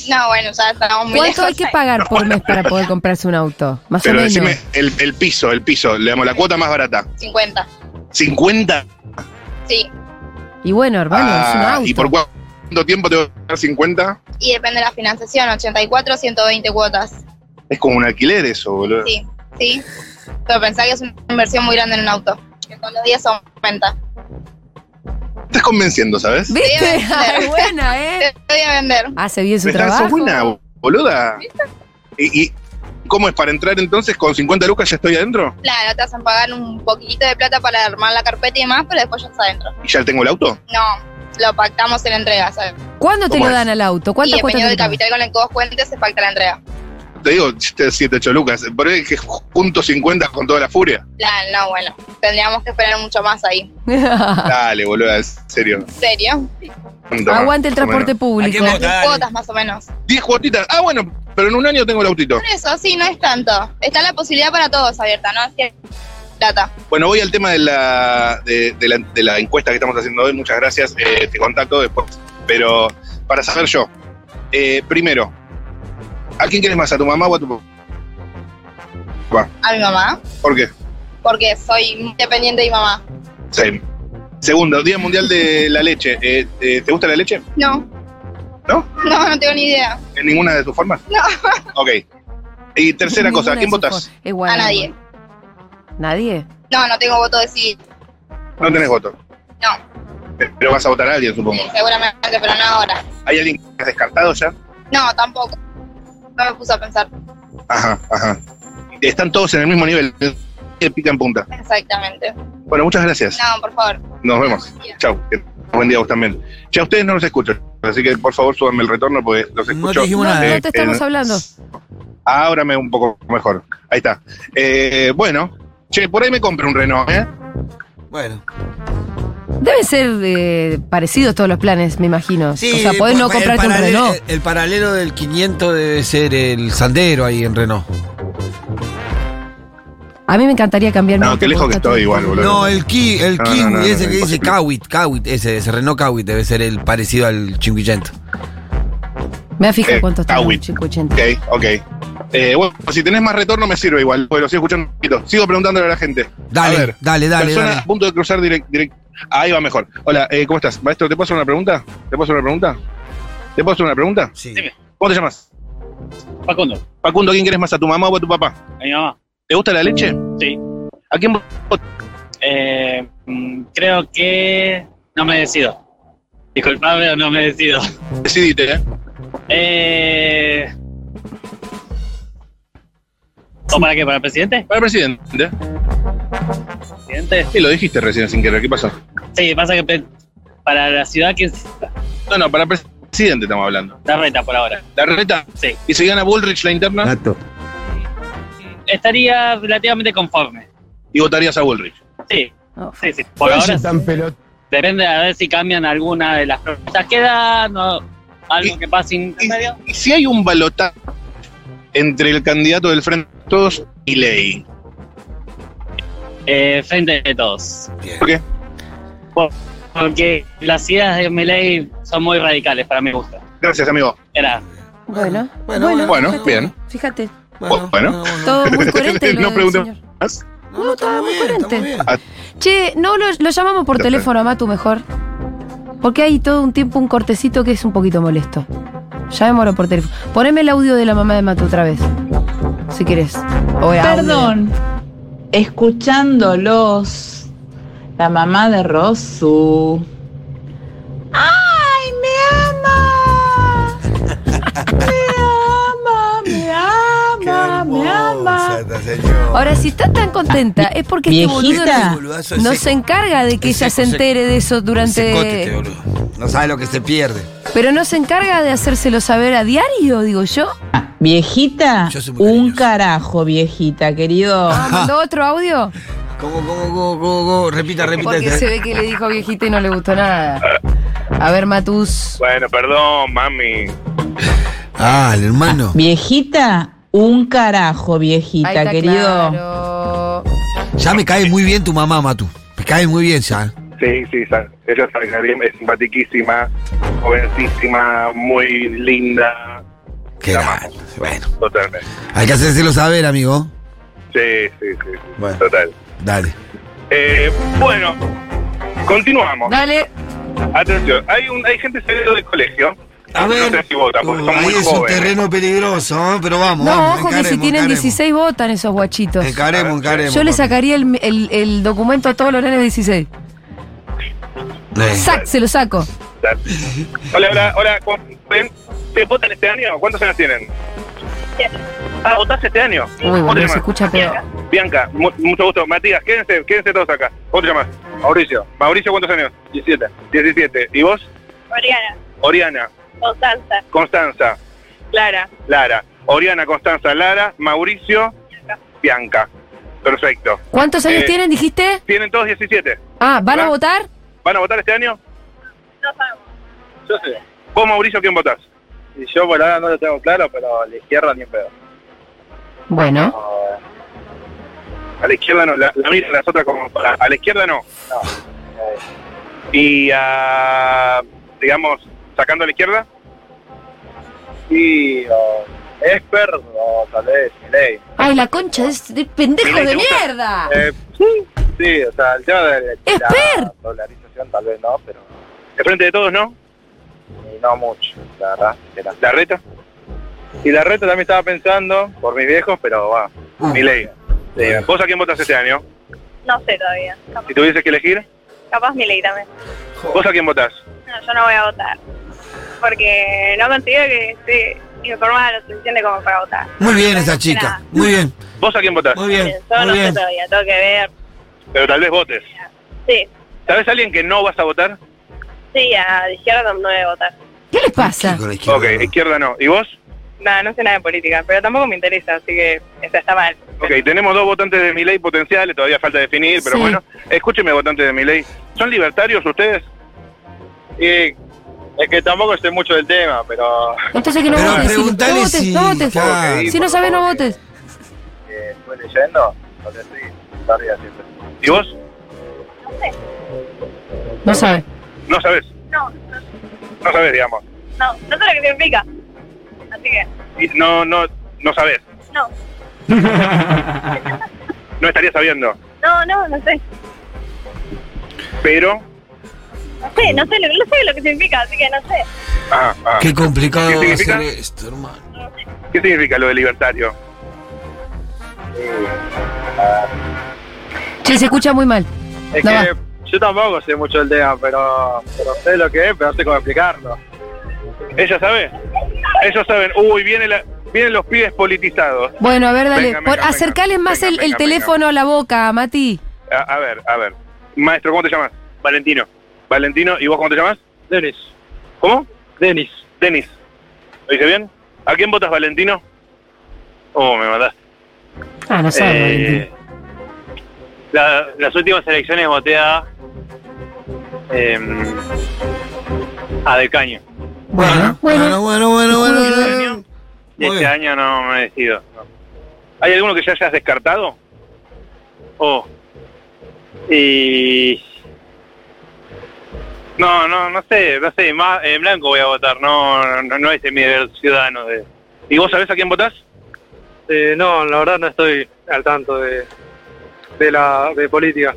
Speaker 8: No, Ah, bueno, ya estamos muy
Speaker 1: ¿Cuánto
Speaker 8: lejos.
Speaker 1: hay que pagar por mes para poder comprarse un auto? Más
Speaker 3: Pero
Speaker 1: o menos.
Speaker 3: decime el, el piso, el piso. Le damos la cuota más barata.
Speaker 8: 50,
Speaker 3: ¿50?
Speaker 8: sí.
Speaker 1: Y bueno, hermano, es un
Speaker 3: Ah,
Speaker 1: auto.
Speaker 3: ¿Y por cuánto tiempo te voy a pagar 50?
Speaker 8: Y depende de la financiación, 84, 120 cuotas.
Speaker 3: Es como un alquiler eso, boludo.
Speaker 8: Sí, sí. Pero pensá que es una inversión muy grande en un auto. Que con los días aumenta.
Speaker 3: Estás convenciendo, ¿sabes?
Speaker 1: ¿Viste?
Speaker 8: Sí,
Speaker 1: Ay,
Speaker 8: sí.
Speaker 1: buena, ¿eh?
Speaker 8: Te voy a vender.
Speaker 1: Hace bien su
Speaker 3: Me estás- sos
Speaker 1: trabajo.
Speaker 3: buena, boluda. Y, y ¿Cómo es para entrar entonces? ¿Con 50 lucas ya estoy adentro?
Speaker 8: Claro, te hacen pagar un poquitito de plata para armar la carpeta y demás, pero después ya está adentro.
Speaker 3: ¿Y ya tengo el auto?
Speaker 8: No, lo pactamos en entrega, ¿sabes?
Speaker 1: ¿Cuándo te
Speaker 3: ¿Cómo
Speaker 1: lo
Speaker 3: es?
Speaker 1: dan al auto?
Speaker 8: Y
Speaker 1: ¿Cuántas cuotas
Speaker 8: dependiendo del
Speaker 1: te pagan?
Speaker 8: capital con el que vos cuentes, se pacta la entrega.
Speaker 3: Te digo, 7, 8 lucas. Por ahí que punto 50 con toda la furia.
Speaker 8: Claro, no, bueno, tendríamos que esperar mucho más ahí.
Speaker 1: Ah.
Speaker 3: Dale, boludo, en serio.
Speaker 8: ¿En serio?
Speaker 1: Aguante el transporte
Speaker 4: Hay
Speaker 1: público.
Speaker 4: que votar. Dale.
Speaker 8: Cuotas más o menos.
Speaker 3: 10 cuotitas. Ah, bueno, pero en un año tengo el autito.
Speaker 8: Por eso, sí, no es tanto. Está la posibilidad para todos abierta, ¿no? Así que plata.
Speaker 3: Bueno, voy al tema de la, de, de la, de la encuesta que estamos haciendo hoy. Muchas gracias. eh, te contacto después. Pero para saber yo, eh, primero, ¿a quién quieres más? ¿A tu mamá o a tu papá?
Speaker 8: A mi mamá,
Speaker 3: ¿Por qué?
Speaker 8: porque soy muy dependiente de mi mamá.
Speaker 3: Sí. Segundo, Día Mundial de la Leche. Eh, eh, ¿Te gusta la leche?
Speaker 8: No.
Speaker 3: ¿No?
Speaker 8: No, no tengo ni idea.
Speaker 3: ¿En ninguna de tus formas?
Speaker 8: No.
Speaker 3: Ok. Y tercera
Speaker 1: Ninguna
Speaker 3: cosa, ¿a
Speaker 1: de
Speaker 3: quién
Speaker 1: sus
Speaker 3: votas?
Speaker 1: cosas. Es guarda.
Speaker 8: A nadie.
Speaker 1: ¿Nadie?
Speaker 8: No, no tengo voto de sí.
Speaker 3: No tenés voto.
Speaker 8: No,
Speaker 3: Pero vas a votar a alguien,
Speaker 8: sí,
Speaker 3: supongo.
Speaker 8: seguramente, pero no ahora.
Speaker 3: ¿Hay alguien que has descartado ya?
Speaker 8: No, tampoco. No me puse a pensar
Speaker 3: Ajá, ajá. Están todos en el mismo nivel. Eh, Pica en punta.
Speaker 8: exactamente.
Speaker 3: Bueno, muchas gracias.
Speaker 8: No, por favor.
Speaker 3: Nos vemos. Chau. Que tengas Buen día a vos también. Ya ustedes no los escucho. Así que por favor súbanme el retorno porque
Speaker 4: No
Speaker 3: los
Speaker 4: te
Speaker 3: escucho.
Speaker 4: dijimos
Speaker 1: No,
Speaker 4: nada.
Speaker 1: no
Speaker 3: Eh,
Speaker 1: te estamos
Speaker 3: eh,
Speaker 1: hablando.
Speaker 3: Ahora me un poco mejor. Ahí está. Eh, bueno. Che, por ahí me compré un Renault, ¿eh?
Speaker 2: Bueno.
Speaker 1: Deben ser eh, parecidos todos los planes, me imagino. o sea, podés no
Speaker 2: pues, el
Speaker 1: comprarte un
Speaker 2: paralelo-
Speaker 1: reloj.
Speaker 2: El, el paralelo del 500 debe ser el Sandero ahí en Renault.
Speaker 1: A mí me encantaría cambiar mi
Speaker 3: No,
Speaker 1: auto
Speaker 3: qué lejos
Speaker 1: por
Speaker 3: que
Speaker 1: otro.
Speaker 3: estoy igual, boludo.
Speaker 2: No, el, ki, el
Speaker 3: No, eh. no,
Speaker 2: Kiwi,
Speaker 3: no,
Speaker 2: ese
Speaker 3: no, no,
Speaker 2: que dice
Speaker 3: imposible.
Speaker 2: Kawit, Kawit, ese, ese Renault Kawit debe ser el parecido al 500.
Speaker 1: Me voy a fijar
Speaker 3: Eh,
Speaker 1: cuánto está
Speaker 3: Tawi.
Speaker 1: el 580.
Speaker 3: Ok, ok. Eh, bueno, si tenés más retorno me sirve igual, porque lo sigo escuchando un poquito. Sigo preguntándole a la gente.
Speaker 2: Dale,
Speaker 3: a ver,
Speaker 2: dale, dale,
Speaker 3: persona
Speaker 2: dale.
Speaker 3: a punto de cruzar directo. Ahí va mejor. Hola, eh, ¿cómo estás? Maestro, ¿te puedo hacer una pregunta? ¿Te puedo hacer una pregunta? ¿Te puedo hacer una pregunta?
Speaker 2: Sí.
Speaker 3: ¿Cómo te llamas?
Speaker 9: Facundo,
Speaker 3: Facundo, ¿quién querés más, a tu mamá o a tu papá?
Speaker 9: a mi mamá.
Speaker 3: ¿Te gusta la leche?
Speaker 9: Sí.
Speaker 3: ¿A quién vos-
Speaker 9: Eh, mm, creo que no me decido. Disculpame o no me decido.
Speaker 3: decidiste? eh?
Speaker 9: Eh, ¿O para qué? ¿Para el presidente?
Speaker 3: Para presidente.
Speaker 9: ¿Presidente?
Speaker 3: Sí, lo dijiste recién sin querer. ¿Qué pasó?
Speaker 9: Sí, pasa que pe- para la ciudad que está
Speaker 3: No, no, para presidente estamos hablando.
Speaker 9: reta por ahora.
Speaker 3: La reta.
Speaker 9: Sí.
Speaker 3: ¿Y si gana Bullrich la interna?
Speaker 2: Gato.
Speaker 9: Estaría relativamente conforme.
Speaker 3: Y votarías a Bullrich.
Speaker 9: Sí,
Speaker 1: Oh.
Speaker 9: sí, sí. Por ahora depende a ver si cambian alguna de las propuestas que dan o algo
Speaker 3: Y-
Speaker 9: que pase intermedio.
Speaker 3: ¿Y si hay un balotaje entre el candidato del Frente de Todos y Ley?
Speaker 9: Eh, frente de todos.
Speaker 3: ¿Por qué?
Speaker 9: Porque las ideas de Milei son muy radicales para mi gusto.
Speaker 3: Gracias, amigo.
Speaker 9: Era,
Speaker 1: Bueno,
Speaker 2: Bueno,
Speaker 1: bueno,
Speaker 3: bueno,
Speaker 1: fíjate,
Speaker 3: bien.
Speaker 1: Fíjate,
Speaker 3: Bueno.
Speaker 1: todo muy coherente. lo
Speaker 3: No
Speaker 1: del
Speaker 3: pregunto
Speaker 1: señor.
Speaker 3: más.
Speaker 1: No, estaba muy coherente.
Speaker 2: bien.
Speaker 1: Che, no, lo, lo llamamos por
Speaker 3: Ya
Speaker 1: teléfono a Matu mejor. Porque hay todo un tiempo un cortecito que es un poquito molesto. Llamémoslo por teléfono. Poneme el audio de la mamá de Matu otra vez. Si querés. O el audio.
Speaker 5: Perdón. Escuchándolos. La mamá de Rosu. ¡Ay, me ama! Me ama, me ama, me ama.
Speaker 1: Ahora, si está tan contenta, es porque este
Speaker 5: Viejita.
Speaker 1: boludo no se encarga de que
Speaker 2: Es
Speaker 1: ella se
Speaker 2: seco, seco.
Speaker 1: entere de eso
Speaker 2: Secote, este
Speaker 1: durante.
Speaker 2: boludo. No sabe lo que se pierde.
Speaker 1: Pero no se encarga de hacérselo saber a diario, digo yo.
Speaker 5: Viejita,
Speaker 2: Yo soy muy
Speaker 5: un
Speaker 2: cariñoso.
Speaker 5: carajo, viejita, querido.
Speaker 1: Ah, mandó otro audio.
Speaker 2: ¿Cómo, cómo, cómo, cómo, cómo? Repita, repita.
Speaker 1: Porque
Speaker 2: este.
Speaker 1: se ve que le dijo viejita y no le gustó nada. A ver, Matus.
Speaker 10: Bueno, perdón, mami.
Speaker 2: Ah, el hermano.
Speaker 5: Viejita, un carajo,
Speaker 1: Ahí
Speaker 5: viejita,
Speaker 1: está
Speaker 5: querido.
Speaker 1: claro.
Speaker 2: Ya me cae muy bien tu mamá, Matu. Me cae muy bien ya.
Speaker 10: Sí, sí, sa- ella sabe que Ariel es simpaticísima, jovencísima, muy linda,
Speaker 2: Qué
Speaker 10: La
Speaker 2: grande. Bueno,
Speaker 10: totalmente.
Speaker 2: hay que hacérselo saber, amigo.
Speaker 10: Sí, sí, sí, sí,
Speaker 2: Bueno.
Speaker 10: total.
Speaker 2: Dale.
Speaker 10: Eh, bueno, continuamos.
Speaker 1: Dale.
Speaker 10: Atención, hay un, hay gente saliendo del colegio.
Speaker 2: A ver.
Speaker 10: No sé si vota, porque son
Speaker 2: ahí
Speaker 10: muy
Speaker 2: es un
Speaker 10: jóvenes.
Speaker 2: terreno peligroso, ¿eh? pero vamos.
Speaker 1: No,
Speaker 2: vamos,
Speaker 1: ojo que si
Speaker 2: encaremos,
Speaker 1: tienen
Speaker 2: encaremos.
Speaker 1: 16 votan esos guachitos.
Speaker 2: Encaremos, encaremos.
Speaker 1: Yo le
Speaker 2: papi.
Speaker 1: sacaría el, el- el documento a todos los nenes de 16.
Speaker 2: Eh,
Speaker 1: Sac, se lo saco.
Speaker 10: Hola, hola, hola, ¿cómo ven? ¿Se votan este año? ¿Cuántos años tienen? Ah, votás este año.
Speaker 1: Uy, boludo,
Speaker 10: Otra
Speaker 1: se
Speaker 10: más.
Speaker 1: escucha peor.
Speaker 10: Bianca, mu- mucho gusto. Matías, quédense, quédense todos acá. Otra más. Mauricio. Mauricio, ¿cuántos años? 17. 17. ¿Y vos?
Speaker 7: Oriana,
Speaker 10: Oriana,
Speaker 7: Constanza,
Speaker 10: Constanza,
Speaker 7: Clara.
Speaker 10: Lara. Oriana, Constanza, Lara, Mauricio, Bianca. Perfecto.
Speaker 1: ¿Cuántos años
Speaker 10: Eh,
Speaker 1: tienen, dijiste?
Speaker 10: Tienen todos 17.
Speaker 1: Ah, ¿van a
Speaker 10: ¿verdad?
Speaker 1: votar?
Speaker 10: ¿Van a votar este año?
Speaker 7: No sabemos.
Speaker 10: Yo sé. ¿Vos, Mauricio, quién votás? Y yo por ahora no lo tengo claro, pero a la izquierda ni en pedo.
Speaker 1: Bueno.
Speaker 10: A la izquierda no, la, la miran las otras como para. A la izquierda no. Y a. digamos, sacando a la izquierda. Sí, o Esper o tal vez Miley.
Speaker 1: Ay, la concha es de este pendejo
Speaker 10: Mira, ¿y
Speaker 1: de
Speaker 10: te gusta?
Speaker 1: mierda.
Speaker 10: Eh, sí, o sea, el tema de
Speaker 1: Esper.
Speaker 10: dolarización tal vez no, pero... ¿De frente de todos no? No mucho, la verdad. ¿La reta? Y la reta también estaba pensando, por mis viejos, pero va, mi ley. ¿Vos a quién votas este año?
Speaker 7: No sé todavía. Cap-
Speaker 10: Si tuvieses que elegir,
Speaker 7: Capaz mi ley también.
Speaker 10: ¿vos a quién votás?
Speaker 7: No, yo no voy a votar. Porque no considero que esté informada lo suficiente como para votar.
Speaker 2: Muy bien
Speaker 7: No
Speaker 2: esa
Speaker 7: sé
Speaker 2: chica.
Speaker 7: nada.
Speaker 2: Muy bien,
Speaker 10: ¿Vos a quién votás?
Speaker 2: muy bien,
Speaker 7: Yo no
Speaker 2: muy
Speaker 7: sé
Speaker 2: bien.
Speaker 7: todavía, tengo que ver.
Speaker 10: Pero tal vez votes.
Speaker 7: Sí,
Speaker 10: ¿Sabés alguien que no vas a votar?
Speaker 7: sí, a la izquierda no voy a votar.
Speaker 1: ¿Qué les pasa?
Speaker 2: Con la izquierda,
Speaker 10: Ok,
Speaker 2: ¿no?
Speaker 10: izquierda no. ¿Y vos?
Speaker 7: No, no sé nada de política, pero tampoco me interesa, así que esa está mal.
Speaker 10: Ok, tenemos dos votantes de mi ley potenciales, todavía falta definir, pero
Speaker 1: Sí.
Speaker 10: bueno, escúcheme, votantes de mi ley, ¿son libertarios ustedes? Y es que tampoco sé mucho del tema, pero
Speaker 1: Entonces que no
Speaker 2: Pero
Speaker 1: votes. si-
Speaker 2: preguntale
Speaker 1: no votes,
Speaker 2: si-
Speaker 1: no votes.
Speaker 2: claro.
Speaker 1: Si no sabes, no votes.
Speaker 10: estoy eh, leyendo, entonces sí, tardía siempre. ¿Y vos?
Speaker 1: No sabes.
Speaker 10: No sabés,
Speaker 7: No, no,
Speaker 10: no sabés, digamos.
Speaker 7: no, no sé lo que significa. Así que,
Speaker 10: Y no, no, no sabés,
Speaker 7: no,
Speaker 10: no estaría sabiendo,
Speaker 7: no, no, no sé.
Speaker 10: pero...
Speaker 7: No sé, no sé, lo, no sé lo que significa, así que no sé.
Speaker 10: Ajá, ajá.
Speaker 2: Qué complicado
Speaker 10: ¿Qué
Speaker 2: va a
Speaker 10: significa?
Speaker 2: ser esto, hermano.
Speaker 10: ¿Qué significa lo de libertario?
Speaker 1: Che, se escucha muy mal.
Speaker 10: Es
Speaker 1: No
Speaker 10: que
Speaker 1: va.
Speaker 10: yo tampoco sé mucho del tema, pero, pero sé lo que es, pero no sé cómo explicarlo. ¿Ella sabe? Ellos saben. Uy, viene la- vienen los pibes politizados.
Speaker 1: Bueno, a ver, dale.
Speaker 10: Venga,
Speaker 1: Por-
Speaker 10: venga,
Speaker 1: acercales
Speaker 10: venga,
Speaker 1: más
Speaker 10: venga,
Speaker 1: el, el
Speaker 10: venga,
Speaker 1: teléfono a la boca, Mati.
Speaker 10: A, a ver, a ver. Maestro, ¿cómo te llamas? Valentino. Valentino, ¿y vos cómo te llamas? Denis. ¿Cómo? Denis. Denis. ¿Lo dije bien? ¿A quién votas, Valentino? Oh, me mataste.
Speaker 1: Ah, no
Speaker 9: Eh,
Speaker 1: sabes.
Speaker 9: la- las últimas elecciones voté a. em, a Del Caño.
Speaker 1: Bueno, bueno.
Speaker 2: bueno, bueno, bueno, bueno, bueno, bueno.
Speaker 9: Y
Speaker 2: Muy
Speaker 9: este
Speaker 2: bien.
Speaker 9: año no me decido. no.
Speaker 10: ¿Hay alguno que ya hayas descartado?
Speaker 9: Oh. Y. No, no, no sé, no sé, más em, en blanco voy a votar, no, no, no es mi deber ciudadano de.
Speaker 10: ¿Y vos sabés a quién votás?
Speaker 9: Eh, no, la verdad no estoy al tanto de, de la de política.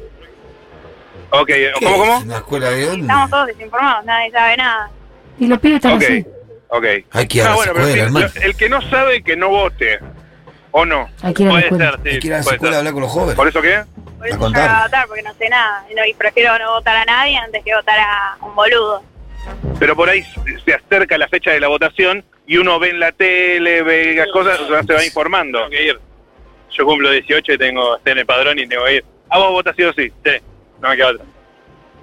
Speaker 10: Ok, eh, ¿cómo,
Speaker 2: ¿Qué es?
Speaker 10: cómo?
Speaker 2: ¿Una escuela de dónde?
Speaker 7: Estamos todos desinformados, nadie sabe nada.
Speaker 1: Y los pibes están
Speaker 10: Ok,
Speaker 1: así.
Speaker 10: ok.
Speaker 2: Hay que ir a
Speaker 10: Ah,
Speaker 2: la
Speaker 10: bueno, pero
Speaker 2: escuela,
Speaker 10: sí,
Speaker 2: hermano.
Speaker 10: lo- el que no sabe que no vote, ¿o no?
Speaker 1: Hay que ir a la
Speaker 9: Puede
Speaker 1: escuela.
Speaker 9: ser,
Speaker 2: Hay que
Speaker 9: sí,
Speaker 2: ir a la
Speaker 9: puede
Speaker 2: escuela a
Speaker 9: ser.
Speaker 2: hablar con los jóvenes.
Speaker 10: ¿Por eso
Speaker 7: Por
Speaker 10: qué?
Speaker 2: A
Speaker 7: eso yo no voy
Speaker 2: contar.
Speaker 7: a votar porque no sé nada. Y, no- y prefiero no votar a nadie antes que votar a un boludo.
Speaker 10: pero por ahí se acerca la fecha de la votación y uno ve en la tele, ve las cosas, o sea, se va informando.
Speaker 9: Tengo que ir. Yo cumplo 18 y tengo estoy en el padrón y tengo que ir.
Speaker 10: Ah, vos votás sí o sí,
Speaker 9: Sí, no me queda otra.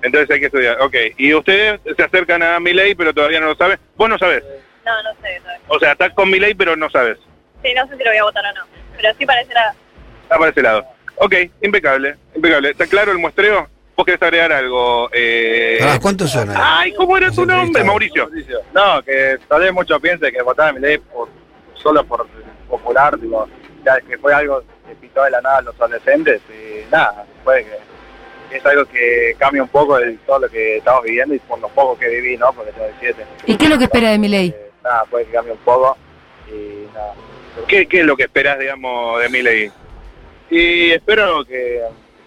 Speaker 10: entonces hay que estudiar. Ok, y ustedes se acercan a Miley, pero todavía no lo saben. Vos no sabés,
Speaker 7: No, no sé. todavía.
Speaker 10: o sea, estás con Miley, pero no sabes.
Speaker 7: Sí, no sé si lo voy a votar o no. Pero sí parece nada.
Speaker 10: Está para ese lado. Ok, impecable, impecable. ¿Está claro el muestreo? ¿Vos querés agregar algo? Eh...
Speaker 2: Pará, ¿Cuántos son? ahí?
Speaker 10: Ay, ¿cómo era tu nombre, Mauricio?
Speaker 9: No, que tal vez muchos piensen que votar a mi ley solo por popular, digo, ya que fue algo que pintó de la nada a los adolescentes y nada, puede que es algo que cambia un poco de todo lo que estamos viviendo y por lo poco que viví, ¿no? Porque tengo 17.
Speaker 1: ¿Y qué es lo que espera de mi ley?
Speaker 9: Eh, nada, puede que cambie un poco y nada.
Speaker 10: ¿Qué, qué es lo que esperás, digamos, de Miley?
Speaker 9: Y espero que,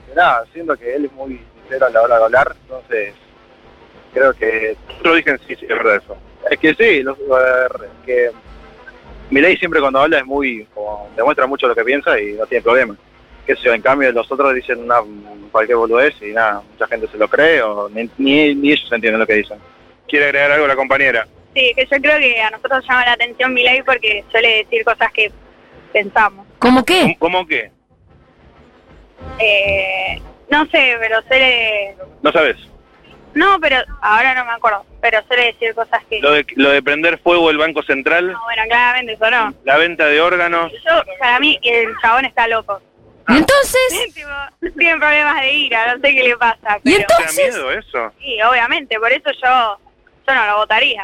Speaker 9: que nada, siendo que él es muy sincero a la hora de hablar, entonces creo que
Speaker 10: Otro dicen sí, sí, es verdad eso.
Speaker 9: Es que sí, los- eh, que Milei siempre cuando habla es muy, como, demuestra mucho lo que piensa y no tiene problema. Que en cambio los otros dicen una, cualquier boludez y nada, mucha gente se lo cree o ni, ni, ni ellos entienden lo que dicen.
Speaker 10: ¿Quiere agregar algo la compañera?
Speaker 7: Sí, que yo creo que a nosotros llama la atención mi ley porque suele decir cosas que pensamos.
Speaker 1: ¿Cómo qué?
Speaker 10: ¿Cómo qué?
Speaker 7: Eh, no sé, pero suele...
Speaker 10: No sabes.
Speaker 7: No, pero ahora no me acuerdo, pero suele decir cosas que...
Speaker 10: Lo de, lo de prender fuego el Banco Central,
Speaker 7: No, bueno, claramente eso no.
Speaker 10: la venta de órganos.
Speaker 7: Yo, para mí, el chabón está loco.
Speaker 1: ¿Y entonces?
Speaker 7: Tipo, tiene problemas de ira, no sé qué le pasa. Pero,
Speaker 1: ¿Y
Speaker 10: ¿Te da
Speaker 1: entonces?
Speaker 10: miedo eso?
Speaker 7: Sí, obviamente, por eso yo, yo no lo votaría.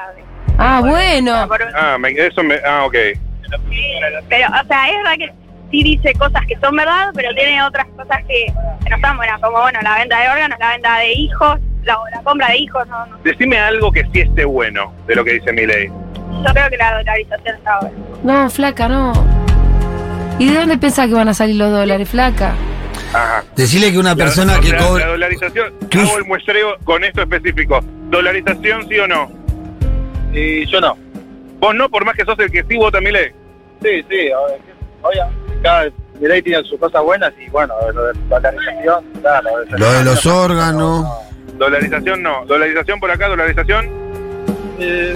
Speaker 1: Ah, bueno.
Speaker 7: Por-
Speaker 10: Ah, me, eso me... Ah, ok.
Speaker 7: Pero, o sea, es verdad que sí dice cosas que son verdad, pero tiene otras cosas que, que no están buenas, como, bueno, la venta de órganos, la venta de hijos, la, la compra de hijos. No, no.
Speaker 10: Decime algo que sí esté bueno de lo que dice Milei.
Speaker 7: Yo creo que la dolarización está buena.
Speaker 1: No, flaca, no. ¿Y de dónde pensás que van a salir los dólares, flaca?
Speaker 10: Ajá.
Speaker 2: Decirle que una
Speaker 10: La-
Speaker 2: persona que
Speaker 10: la-
Speaker 2: cobra.
Speaker 10: La dolarización,
Speaker 2: ¿Qué?
Speaker 10: hago el muestreo con esto específico. ¿Dolarización sí o no?
Speaker 9: Y yo no.
Speaker 10: Vos no, por más que sos el que sí vota Milei.
Speaker 9: Sí, sí, obviamente. Cada ley tiene sus cosas buenas y bueno, lo de la organización, claro.
Speaker 2: Lo de los órganos.
Speaker 10: Dolarización no. Dolarización por acá, dolarización.
Speaker 9: Eh,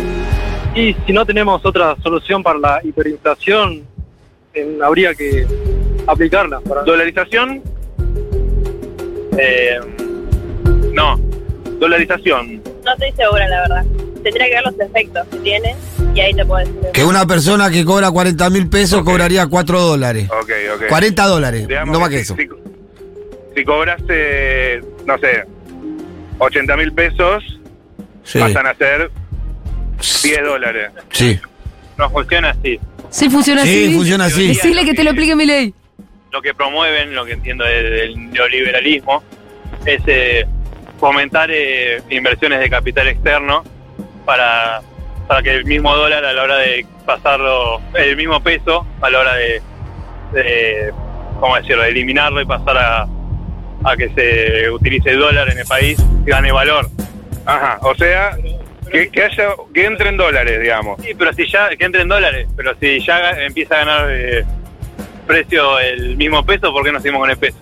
Speaker 9: y si no tenemos otra solución para la hiperinflación, eh, habría que aplicarla. Para...
Speaker 10: Dolarización. Eh, no. Dolarización.
Speaker 7: No estoy segura, la verdad. Tendría que ver los efectos que tiene y ahí te puedo decir.
Speaker 2: Que una persona que cobra 40 mil pesos
Speaker 10: Ok.
Speaker 2: cobraría 4 dólares.
Speaker 10: Ok, ok.
Speaker 2: 40 dólares,
Speaker 10: Digamos
Speaker 2: no más que
Speaker 10: si-
Speaker 2: eso.
Speaker 10: Si, si cobraste, no sé, 80 mil pesos,
Speaker 2: Sí,
Speaker 10: pasan a ser 10 dólares.
Speaker 2: sí.
Speaker 9: No funciona así.
Speaker 1: Sí, funciona así.
Speaker 2: Sí, funciona así.
Speaker 1: Decirle que te lo explique mi ley.
Speaker 9: Lo que promueven, lo que entiendo del, del neoliberalismo, es eh, fomentar eh, inversiones de capital externo para, para que el mismo dólar a la hora de pasarlo, el mismo peso a la hora de, de, ¿cómo decirlo?, de eliminarlo y pasar a, a que se utilice el dólar en el país, gane valor.
Speaker 10: Ajá, o sea, que, que haya, que entre en dólares, digamos.
Speaker 9: Sí, pero si ya, que entre en dólares, pero si ya ga- empieza a ganar eh, precio el mismo peso, ¿por qué no seguimos con el peso?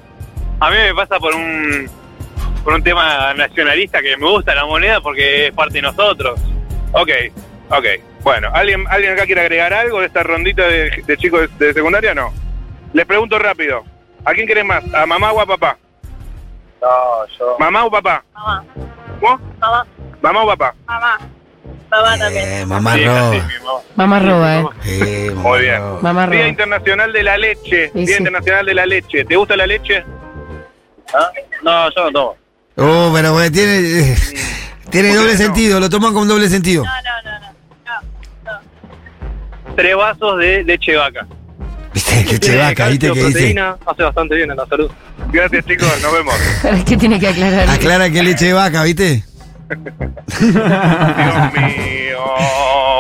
Speaker 9: A mí me pasa por un, por un tema nacionalista que me gusta la moneda porque es parte de nosotros.
Speaker 10: Ok, ok. Bueno, ¿alguien, ¿alguien acá quiere agregar algo de esta rondita de, de chicos de, de secundaria? No. Les pregunto rápido. ¿A quién querés más? ¿A mamá o a papá?
Speaker 9: No, yo...
Speaker 10: ¿Mamá o papá?
Speaker 7: Mamá,
Speaker 10: ¿Vos?
Speaker 7: mamá,
Speaker 10: ¿Mamá o papá?
Speaker 7: mamá. Mamá también.
Speaker 2: Eh, mamá
Speaker 10: Sí, así
Speaker 2: roba.
Speaker 10: mismo.
Speaker 1: Mamá roba, eh.
Speaker 2: Eh, mamá
Speaker 10: Muy bien.
Speaker 2: roba.
Speaker 1: Mamá
Speaker 10: Día
Speaker 1: roba.
Speaker 10: Internacional de la Leche.
Speaker 1: Sí,
Speaker 10: Día
Speaker 1: sí.
Speaker 10: Internacional de la Leche. ¿Te gusta la leche?
Speaker 9: No, yo no tomo.
Speaker 2: Oh, pero bueno, tiene, tiene
Speaker 10: ¿Por qué
Speaker 2: doble
Speaker 10: no?
Speaker 2: sentido, lo toman con doble sentido.
Speaker 7: No, no, no, no. No, no.
Speaker 9: Tres vasos de leche vaca.
Speaker 2: Viste, leche vaca, viste que dice.
Speaker 9: hace bastante bien en la salud.
Speaker 10: Gracias, chicos. Nos vemos.
Speaker 1: Es que tiene que aclarar.
Speaker 10: Ah,
Speaker 2: Aclara que es leche de vaca, ¿viste?
Speaker 10: Dios mío.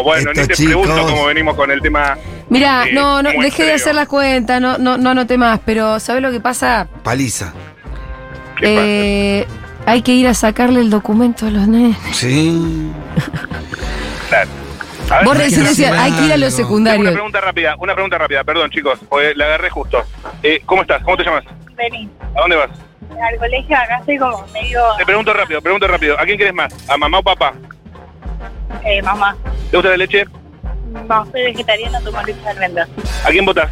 Speaker 10: Bueno,
Speaker 2: Estos
Speaker 10: ni te
Speaker 2: chicos.
Speaker 10: pregunto cómo venimos con el tema.
Speaker 1: Mira,
Speaker 10: Sí,
Speaker 1: no, no,
Speaker 10: muy
Speaker 1: dejé de
Speaker 10: feo.
Speaker 1: hacer las cuentas, no, no, no anoté más, pero ¿sabes lo que pasa?
Speaker 2: Paliza.
Speaker 10: ¿Qué pasa?
Speaker 1: Eh, hay que ir a sacarle el documento a los nenes.
Speaker 2: Sí.
Speaker 10: A ver,
Speaker 1: Vos
Speaker 10: ¿me
Speaker 1: recién
Speaker 10: querés-
Speaker 1: decías, hay que ir a
Speaker 2: Tengo
Speaker 10: Tengo
Speaker 1: los
Speaker 10: una
Speaker 1: secundarios.
Speaker 10: pregunta rápida, una pregunta rápida, perdón chicos, porque la agarré justo. Eh, ¿Cómo estás? ¿Cómo te llamas?
Speaker 7: Vení.
Speaker 10: ¿A dónde vas?
Speaker 7: Al colegio acá estoy como medio
Speaker 10: Te pregunto rápido, pregunto rápido. ¿A quién querés más? ¿A mamá o papá?
Speaker 7: eh, mamá.
Speaker 10: ¿Te gusta la leche?
Speaker 7: No, soy vegetariana, tomo leche de almendras.
Speaker 10: ¿A quién votás?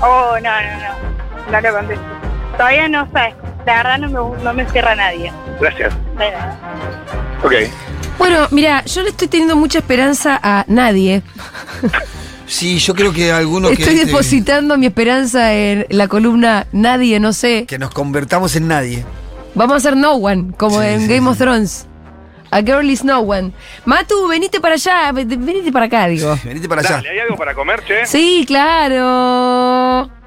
Speaker 7: Oh, no, no, no. No lo contesto. Todavía no sé. La verdad no me, no me cierra nadie.
Speaker 10: Gracias.
Speaker 7: De nada.
Speaker 10: Ok.
Speaker 1: Bueno, mira, yo le estoy teniendo mucha esperanza a nadie.
Speaker 2: Sí, yo creo que algunos que,
Speaker 1: Estoy
Speaker 2: este,
Speaker 1: depositando mi esperanza en la columna Nadie, no sé.
Speaker 2: que nos convertamos en nadie.
Speaker 1: Vamos a hacer No One, como
Speaker 2: Sí,
Speaker 1: en
Speaker 2: sí,
Speaker 1: Game
Speaker 2: sí.
Speaker 1: of Thrones. A girl is no one. Matu, venite para allá, ve- venite para acá, digo.
Speaker 2: Venite para allá.
Speaker 10: Dale, ¿hay algo para comer, che?
Speaker 1: Sí, claro.